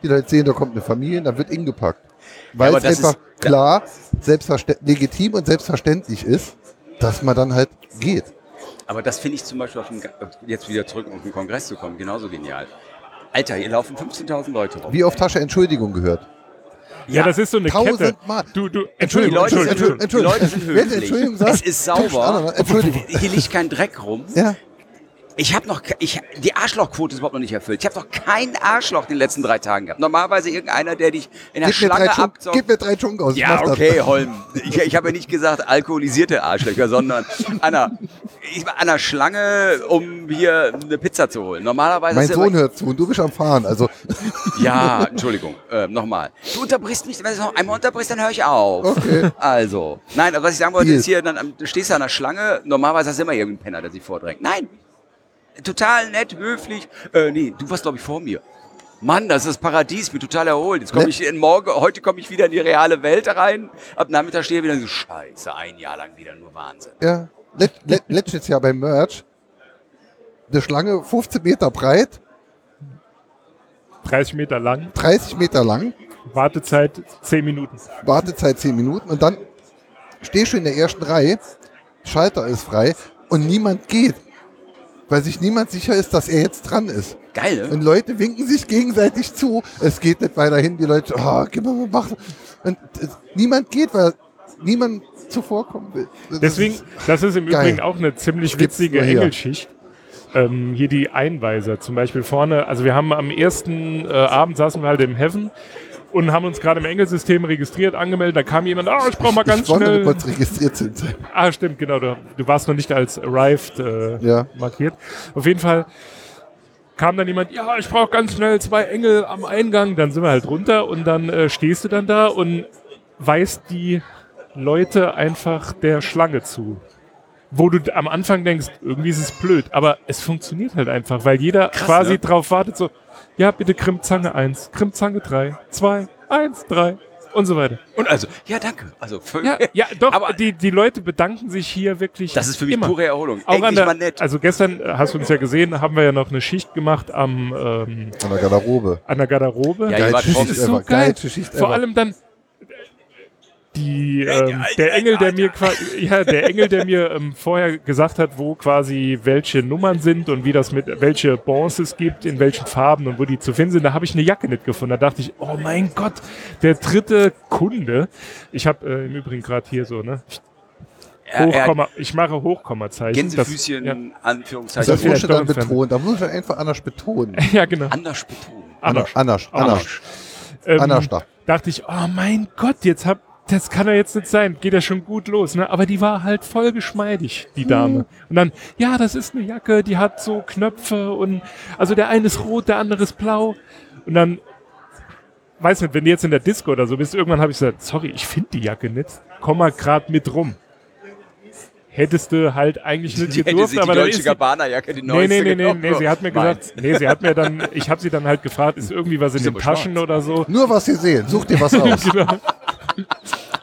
Die Leute sehen, da kommt eine Familie, dann wird ingepackt. Weil aber es das einfach ist- klar, selbstverständ- legitim und selbstverständlich ist, dass man dann halt geht. Aber das finde ich zum Beispiel auf dem, Ga- jetzt wieder zurück, um auf den Kongress zu kommen, genauso genial. Alter, hier laufen 15.000 Leute rum. Wie oft Tasche Entschuldigung gehört? ja, das ist so eine Kette. tausendmal. Du, du, die Entschuldigung, Leute, Entschuldigung, sind, Entschuldigung. Entschuldigung. Die Leute sind Entschuldigung. Wenn höflich. du Entschuldigung sagst, es ist kommst du an, sauber. oder? Entschuldigung. Hier liegt kein Dreck rum. Ja. Ich habe noch, ke- ich, die Arschlochquote ist überhaupt noch nicht erfüllt. Ich habe noch keinen Arschloch in den letzten drei Tagen gehabt. Normalerweise irgendeiner, der dich in der Gib mir, drei Schlange Chunk, abzockt. gib mir drei Chunk aus. ich Ja, mach das. okay, Holm. Ich, ich habe ja nicht gesagt alkoholisierte Arschlöcher, sondern an einer, ich war an einer Schlange, um hier eine Pizza zu holen. Normalerweise Mein ist ja immer- Sohn hört zu und du bist am Fahren. Also, Ja, Entschuldigung, äh, nochmal. Du unterbrichst mich, wenn du noch einmal unterbrichst, dann höre ich auf. Okay. Also, nein, aber was ich sagen wollte, Deal. ist hier, dann, am- du stehst da an der Schlange, normalerweise hast du immer irgendeinen Penner, der sich vordrängt. Nein, total nett, höflich. Äh, nee, du warst, glaube ich, vor mir. Mann, das ist das Paradies, bin total erholt. Jetzt komme Ne? ich in morgen, heute komme ich wieder in die reale Welt rein. Ab Nachmittag stehe ich wieder so, scheiße, ein Jahr lang wieder nur Wahnsinn. ja. Let, let, letztes Jahr beim Merch, eine Schlange 15 Meter breit, 30 Meter lang, 30 Meter lang, Wartezeit 10 Minuten. Wartezeit 10 Minuten und dann stehst du in der ersten Reihe, Schalter ist frei und niemand geht. Weil sich niemand sicher ist, dass er jetzt dran ist. Geil, ne? Und Leute winken sich gegenseitig zu. Es geht nicht weiter hin. Die Leute, ah, gib mir mal machen. Und äh, niemand geht, weil niemand zuvorkommen will. Das Deswegen, ist- das ist im Geil. Übrigen auch eine ziemlich Gibt's witzige nur hier. Engelschicht. Ähm, hier die Einweiser zum Beispiel vorne. Also wir haben am ersten äh, Abend saßen wir halt im Heaven und haben uns gerade im Engelsystem registriert, angemeldet. Da kam jemand, ah, ich brauche mal ganz ich wollte nur schnell. kurz registriert sind. Ah, stimmt, genau. Du, du warst noch nicht als arrived äh, Ja. markiert. Auf jeden Fall kam dann jemand, ja, ich brauche ganz schnell zwei Engel am Eingang. Dann sind wir halt runter und dann äh, stehst du dann da und weist die Leute einfach der Schlange zu. Wo du d- am Anfang denkst, irgendwie ist es blöd, aber es funktioniert halt einfach, weil jeder quasi ne? drauf wartet, so, ja, bitte Krimmzange 1, Krimmzange 3, 2, 1, 3 und so weiter. Und also, ja, danke. Also, völlig- Ja, ja doch, Aber- die, die Leute bedanken sich hier wirklich. (laughs) Das ist für mich immer. pure Erholung. Auch an Endlich mal der, nett. also gestern äh, hast du uns ja gesehen, haben wir ja noch eine Schicht gemacht am, ähm, An der Garderobe. an der Garderobe. Ja, Geilste war drauf. Schicht das ist so ever, geil. geilste Schicht Vor ever. allem dann die, ähm, Alter, der Engel, der mir quasi, ja, der Engel, der mir ähm, vorher gesagt hat, wo quasi welche Nummern sind und wie das mit welche Bonds es gibt, in welchen Farben und wo die zu finden sind, da habe ich eine Jacke nicht gefunden. Da dachte ich, oh mein Gott, der dritte Kunde. Ich habe äh, im Übrigen gerade hier so, ne? Er- er- Hochkomma, ich mache Hochkommazeichen. Also Das- Gänsefüßchen, ja. (laughs) Anführungszeichen. Das ist wieder musst du dann Dornfan. betonen. Da musst du einfach anders betonen. Ja, genau. Anders betonen. Anders. Anders. Anders. Anders. Ähm, Anders da. Dachte ich, oh mein Gott, jetzt hab, das kann doch jetzt nicht sein. Geht ja schon gut los, ne? Aber die war halt voll geschmeidig, die Mhm. Dame. Und dann, ja, das ist eine Jacke, die hat so Knöpfe und, also der eine ist rot, der andere ist blau. Und dann, weiß nicht, wenn du jetzt in der Disco oder so bist, irgendwann habe ich gesagt, sorry, ich finde die Jacke nicht, komm mal grad mit rum. Hättest du halt eigentlich nicht Die hätte gedurft, sie die aber dann deutsche ist sie Gabbana-Jacke, die Nee, neueste nee, nee, nee, genommen. nee, sie hat mir gesagt, Meins. nee, sie hat mir dann, ich habe sie dann halt gefragt, ist irgendwie was in Ist den aber Taschen schwarz. oder so? Nur was sie sehen. Such dir was (laughs) aus. Genau.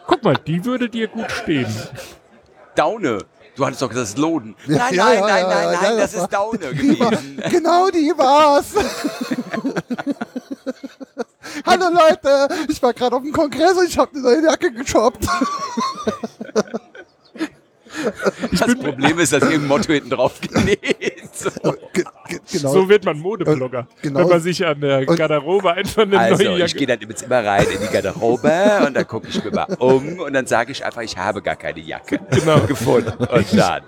Guck mal, die würde dir gut stehen. Genau. Daune. Du hattest doch gesagt, das ist Loden. (laughs) Ja, nein, ja, nein, ja, nein, ja, ja, nein, nein, ja, das das ist Daune Die war, gewesen. genau die (laughs) war's. Hallo Leute, ich war gerade auf dem Kongress und ich habe eine neue Jacke geshoppt. Das Problem ist, dass irgendein Motto hinten drauf (laughs) genäht. So. Ge- ge- genau. So wird man Modeblogger. Äh, genau. Wenn man sich an der Garderobe einfach eine Also, neue ich Jacke. gehe dann jetzt immer rein in die Garderobe und dann gucke ich mir mal um und dann sage ich einfach, ich habe gar keine Jacke (laughs) Genau. gefunden. Und dann,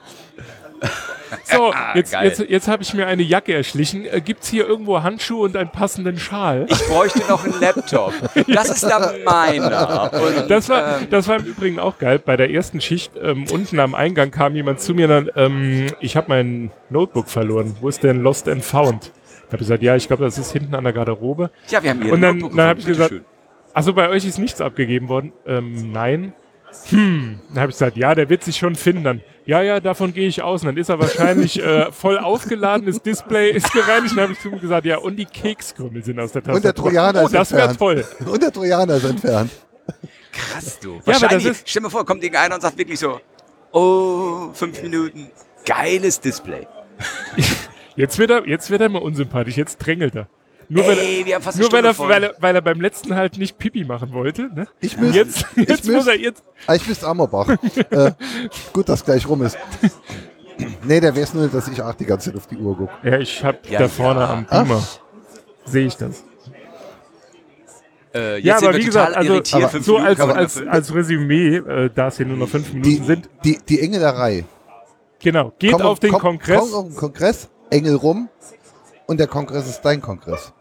So, Ah, jetzt, geil. jetzt, jetzt habe ich mir eine Jacke erschlichen. Äh, Gibt's hier irgendwo Handschuhe und einen passenden Schal? ich bräuchte noch einen (laughs) Laptop. Das ist dann meiner. Und, Das war, Ähm. das war im Übrigen auch geil. Bei der ersten Schicht ähm, unten am Eingang kam jemand zu mir dann, ähm, ich habe mein Notebook verloren. Wo ist denn Lost and Found? Ich habe gesagt, ja, ich glaube, das ist hinten an der Garderobe. ja, wir haben hier Und ein dann, Notebook dann habe ich gefunden, gesagt, bitteschön. also bei euch ist nichts abgegeben worden. Ähm, nein. Hm. Dann habe ich gesagt, ja, der wird sich schon finden. Dann, ja, ja, davon gehe ich aus. Und dann ist er wahrscheinlich äh, voll aufgeladen, das Display ist gereinigt. Und dann habe ich zu ihm gesagt, ja, und die Kekskrümmel sind aus der Tastatur. Und der Trojaner oh, ist das wäre entfernt. toll. Und der Trojaner ist entfernt. Krass, du. das Wahrscheinlich, ist- stell mir vor, kommt irgendeiner und sagt wirklich so, oh, fünf Minuten, geiles Display. Jetzt wird er, jetzt wird er mal unsympathisch, jetzt drängelt er. Nur, weil, Ey, wir haben fast er, nur eine weil, Stunde er, voll. weil, er, weil er beim letzten halt nicht Pipi machen wollte. Ne? Ich müsste- jetzt ich jetzt muss müsste- er jetzt. Ah, ich wüsste Ammerbach. äh, gut, dass gleich rum ist. nee, der weiß nur, dass ich auch die ganze Zeit auf die Uhr gucke. Ja, ich hab Ja, da vorne ja. am Beamer. Sehe ich das. Äh, jetzt Ja, aber wie wir total gesagt, also irritiert, fünf so Minuten als, kann man als, erfüllen. als Resümee, äh, da es hier nur noch fünf Minuten Die, sind, die, die Engel der Reihe. genau, geht Komm auf den komm- Kongress. Komm auf den Kongress, Engel rum und der Kongress ist dein Kongress.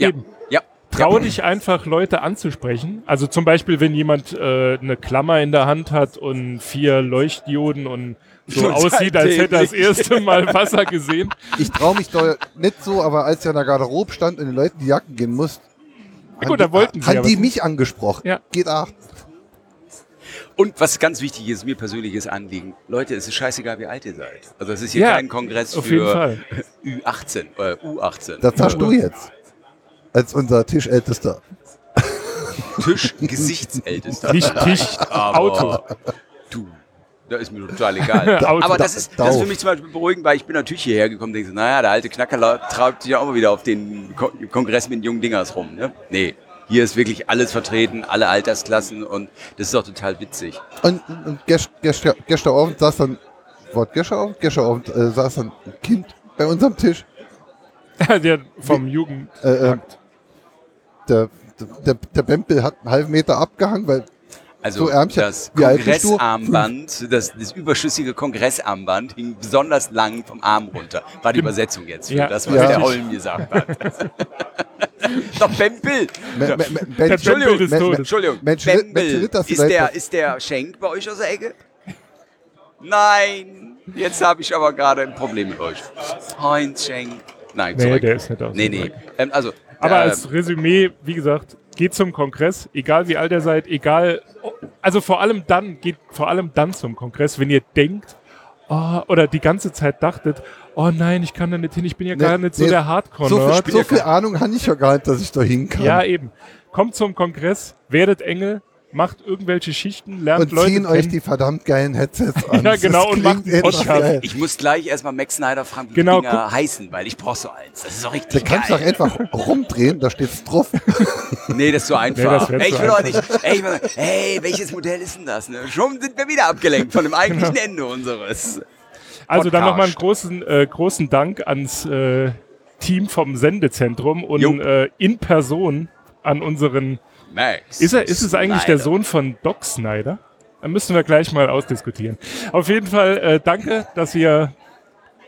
ja, eben. ja, Trau dich einfach, Leute anzusprechen. Also zum Beispiel, wenn jemand äh, eine Klammer in der Hand hat und vier Leuchtdioden und so (laughs) Und aussieht, als hätte er das seitdem nicht. erste Mal Wasser (laughs) gesehen. Ich traue mich doch nicht so, aber als ich an der Garderobe stand und den Leuten die Jacken gehen musste, gut, da wollten sie ja haben die was. mich angesprochen. Ja. Geht auch. Und was ganz wichtig ist, mir persönliches Anliegen, Leute, es ist scheißegal, wie alt ihr seid. Also es ist hier Ja, kein Kongress auf jeden für Fall. Ü18, äh, U18. Das hast du jetzt. Als unser Tischältester. Tisch Gesichtsältester. Nicht (laughs) Tisch, Aber Auto. (laughs) Du, da ist mir total egal. Auto. Aber das ist, Da- das ist für Dauf. mich zum Beispiel beruhigend, weil ich bin natürlich hierher gekommen und denke, so, naja, der alte Knacker lau- treibt sich ja auch mal wieder auf den Ko- Kongress mit den jungen Dingers rum. Ne? Nee, hier ist wirklich alles vertreten, alle Altersklassen und das ist doch total witzig. Und, und gest, gestern, gestern Abend saß dann, Wort gestern Abend, gestern Abend äh, saß dann ein Kind bei uns am Tisch. der vom Jugend. Äh, äh, der, der, der Bempel hat einen halben Meter abgehangen, weil Also So, Ärmchen, das wie alt bist du? Kongressarmband, das, das überschüssige Kongressarmband hing besonders lang vom Arm runter. War die Übersetzung jetzt, für Ja. das, was Ja. der (laughs) Holm gesagt hat. Doch Bempel! Me- me- me- Mensch- Bempel des Me- me- Todes. Entschuldigung, Mensch, Bembel, Mensch, nicht, dass die ist, der, Leute- ist der Schenk bei euch aus der Ecke? Nein, jetzt habe ich aber gerade ein Problem mit euch. Heinz Schenk. Nein, Nee, zurück. der ist nicht aus Nee, der nee. Ecke. Ähm, also, Aber äh, als Resümee, wie gesagt, geht zum Kongress, egal wie alt ihr seid, egal, also vor allem dann, geht vor allem dann zum Kongress, wenn ihr denkt, oh, oder die ganze Zeit dachtet, oh nein, ich kann da nicht hin, ich bin ja gar Nee, nicht so nee, der Hardcore. So nerd viel, so viel Ahnung habe ich ja gar nicht, dass ich da hin kann. Ja, eben. Kommt zum Kongress, werdet Engel, macht irgendwelche Schichten, lernt und Leute ziehen euch kennen. die verdammt geilen Headsets an. Ja, Das genau, und klingt macht einen echt Podcast. geil. ich muss gleich erstmal Max Snyder fragen, wie Genau, die Dinger heißen, weil ich brauche so eins. Das ist doch Da richtig kannst du doch geil. einfach rumdrehen, da steht's drauf. Nee, das ist so einfach. das wär ey, ich zu will auch nicht. Ey, ich will, hey, welches Modell ist denn das? Ne? Schon sind wir wieder abgelenkt von dem eigentlichen Genau. Ende unseres. Also dann Podcast. nochmal einen großen, äh, großen Dank ans äh, Team vom Sendezentrum Jo. und äh, in Person an unseren. Max. Ist, er, ist es eigentlich der Snyder. Sohn von Doc Snyder? Da müssen wir gleich mal ausdiskutieren. Auf jeden Fall äh, danke, dass ihr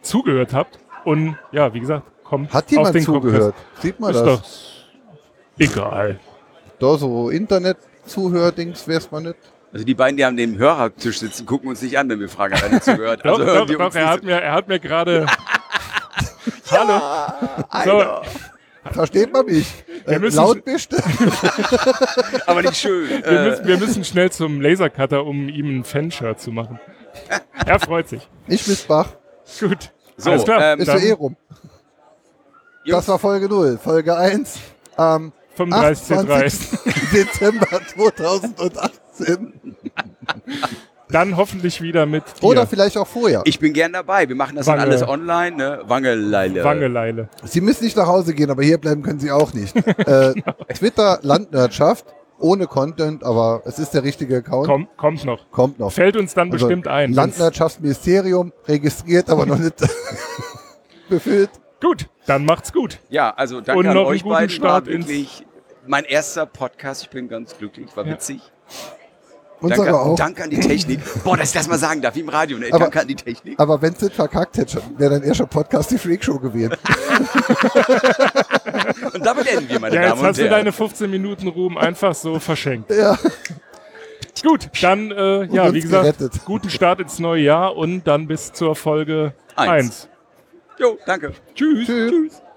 zugehört habt. Und ja, wie gesagt, kommt Hat auf jemand den zugehört? Sieht man Kongress. Ist das? doch egal. Da so Internet-Zuhördings wär's mal nicht. Also die beiden, die an dem Hörertisch sitzen, gucken uns nicht an, wenn wir fragen, hat er nicht zugehört. Doch, Also hören die doch, doch uns er, hat nicht mir, er hat mir gerade. Hallo. so. So, Versteht man (laughs) mich? Äh, müssen- laut (laughs) bist du? Aber nicht schön. (laughs) wir, Äh, müssen, wir müssen schnell zum Lasercutter, um ihm ein Fanshirt zu machen. Er freut sich. Ich bin Bach. Gut. So, Alles klar. ähm, Ist ja Dann eh rum. Das war Folge 0. Folge 1 am 35C3. (laughs) 28. Dezember 2018. Dann hoffentlich wieder mit dir. Oder vielleicht auch vorher. ich bin gern dabei. Wir machen das dann Wange. alles online. Ne? Wangeleile. Wangeleile. Sie müssen nicht nach Hause gehen, aber hier bleiben können Sie auch (laughs) nicht. äh, Genau. Twitter Landwirtschaft ohne Content, aber es ist der richtige Account. Komm, kommt noch. Kommt noch. Fällt uns dann Also, bestimmt ein. Landwirtschaftsministerium registriert, aber noch (laughs) nicht (laughs) befüllt. Gut, dann macht's gut. Ja, also danke Und an noch einen euch guten beiden. War Start ins- wirklich mein erster Podcast. Ich bin ganz glücklich. War Ja. witzig. Unsere Danke, auch. danke an die Technik. Boah, dass ich das mal sagen darf, wie im Radio. Ne? Aber- Danke an die Technik. Aber wenn es nicht verkackt hätte, wäre dann eher schon Podcast die Freak Show gewesen. Und damit enden wir, meine Ja, Damen jetzt und hast du Herren. deine 15 Minuten Ruhm einfach so verschenkt. Ja. Gut, dann, äh, ja, uns wie gesagt, gerettet. guten Start ins neue Jahr und dann bis zur Folge Eins. 1. jo, danke. Tschüss. Tschüss.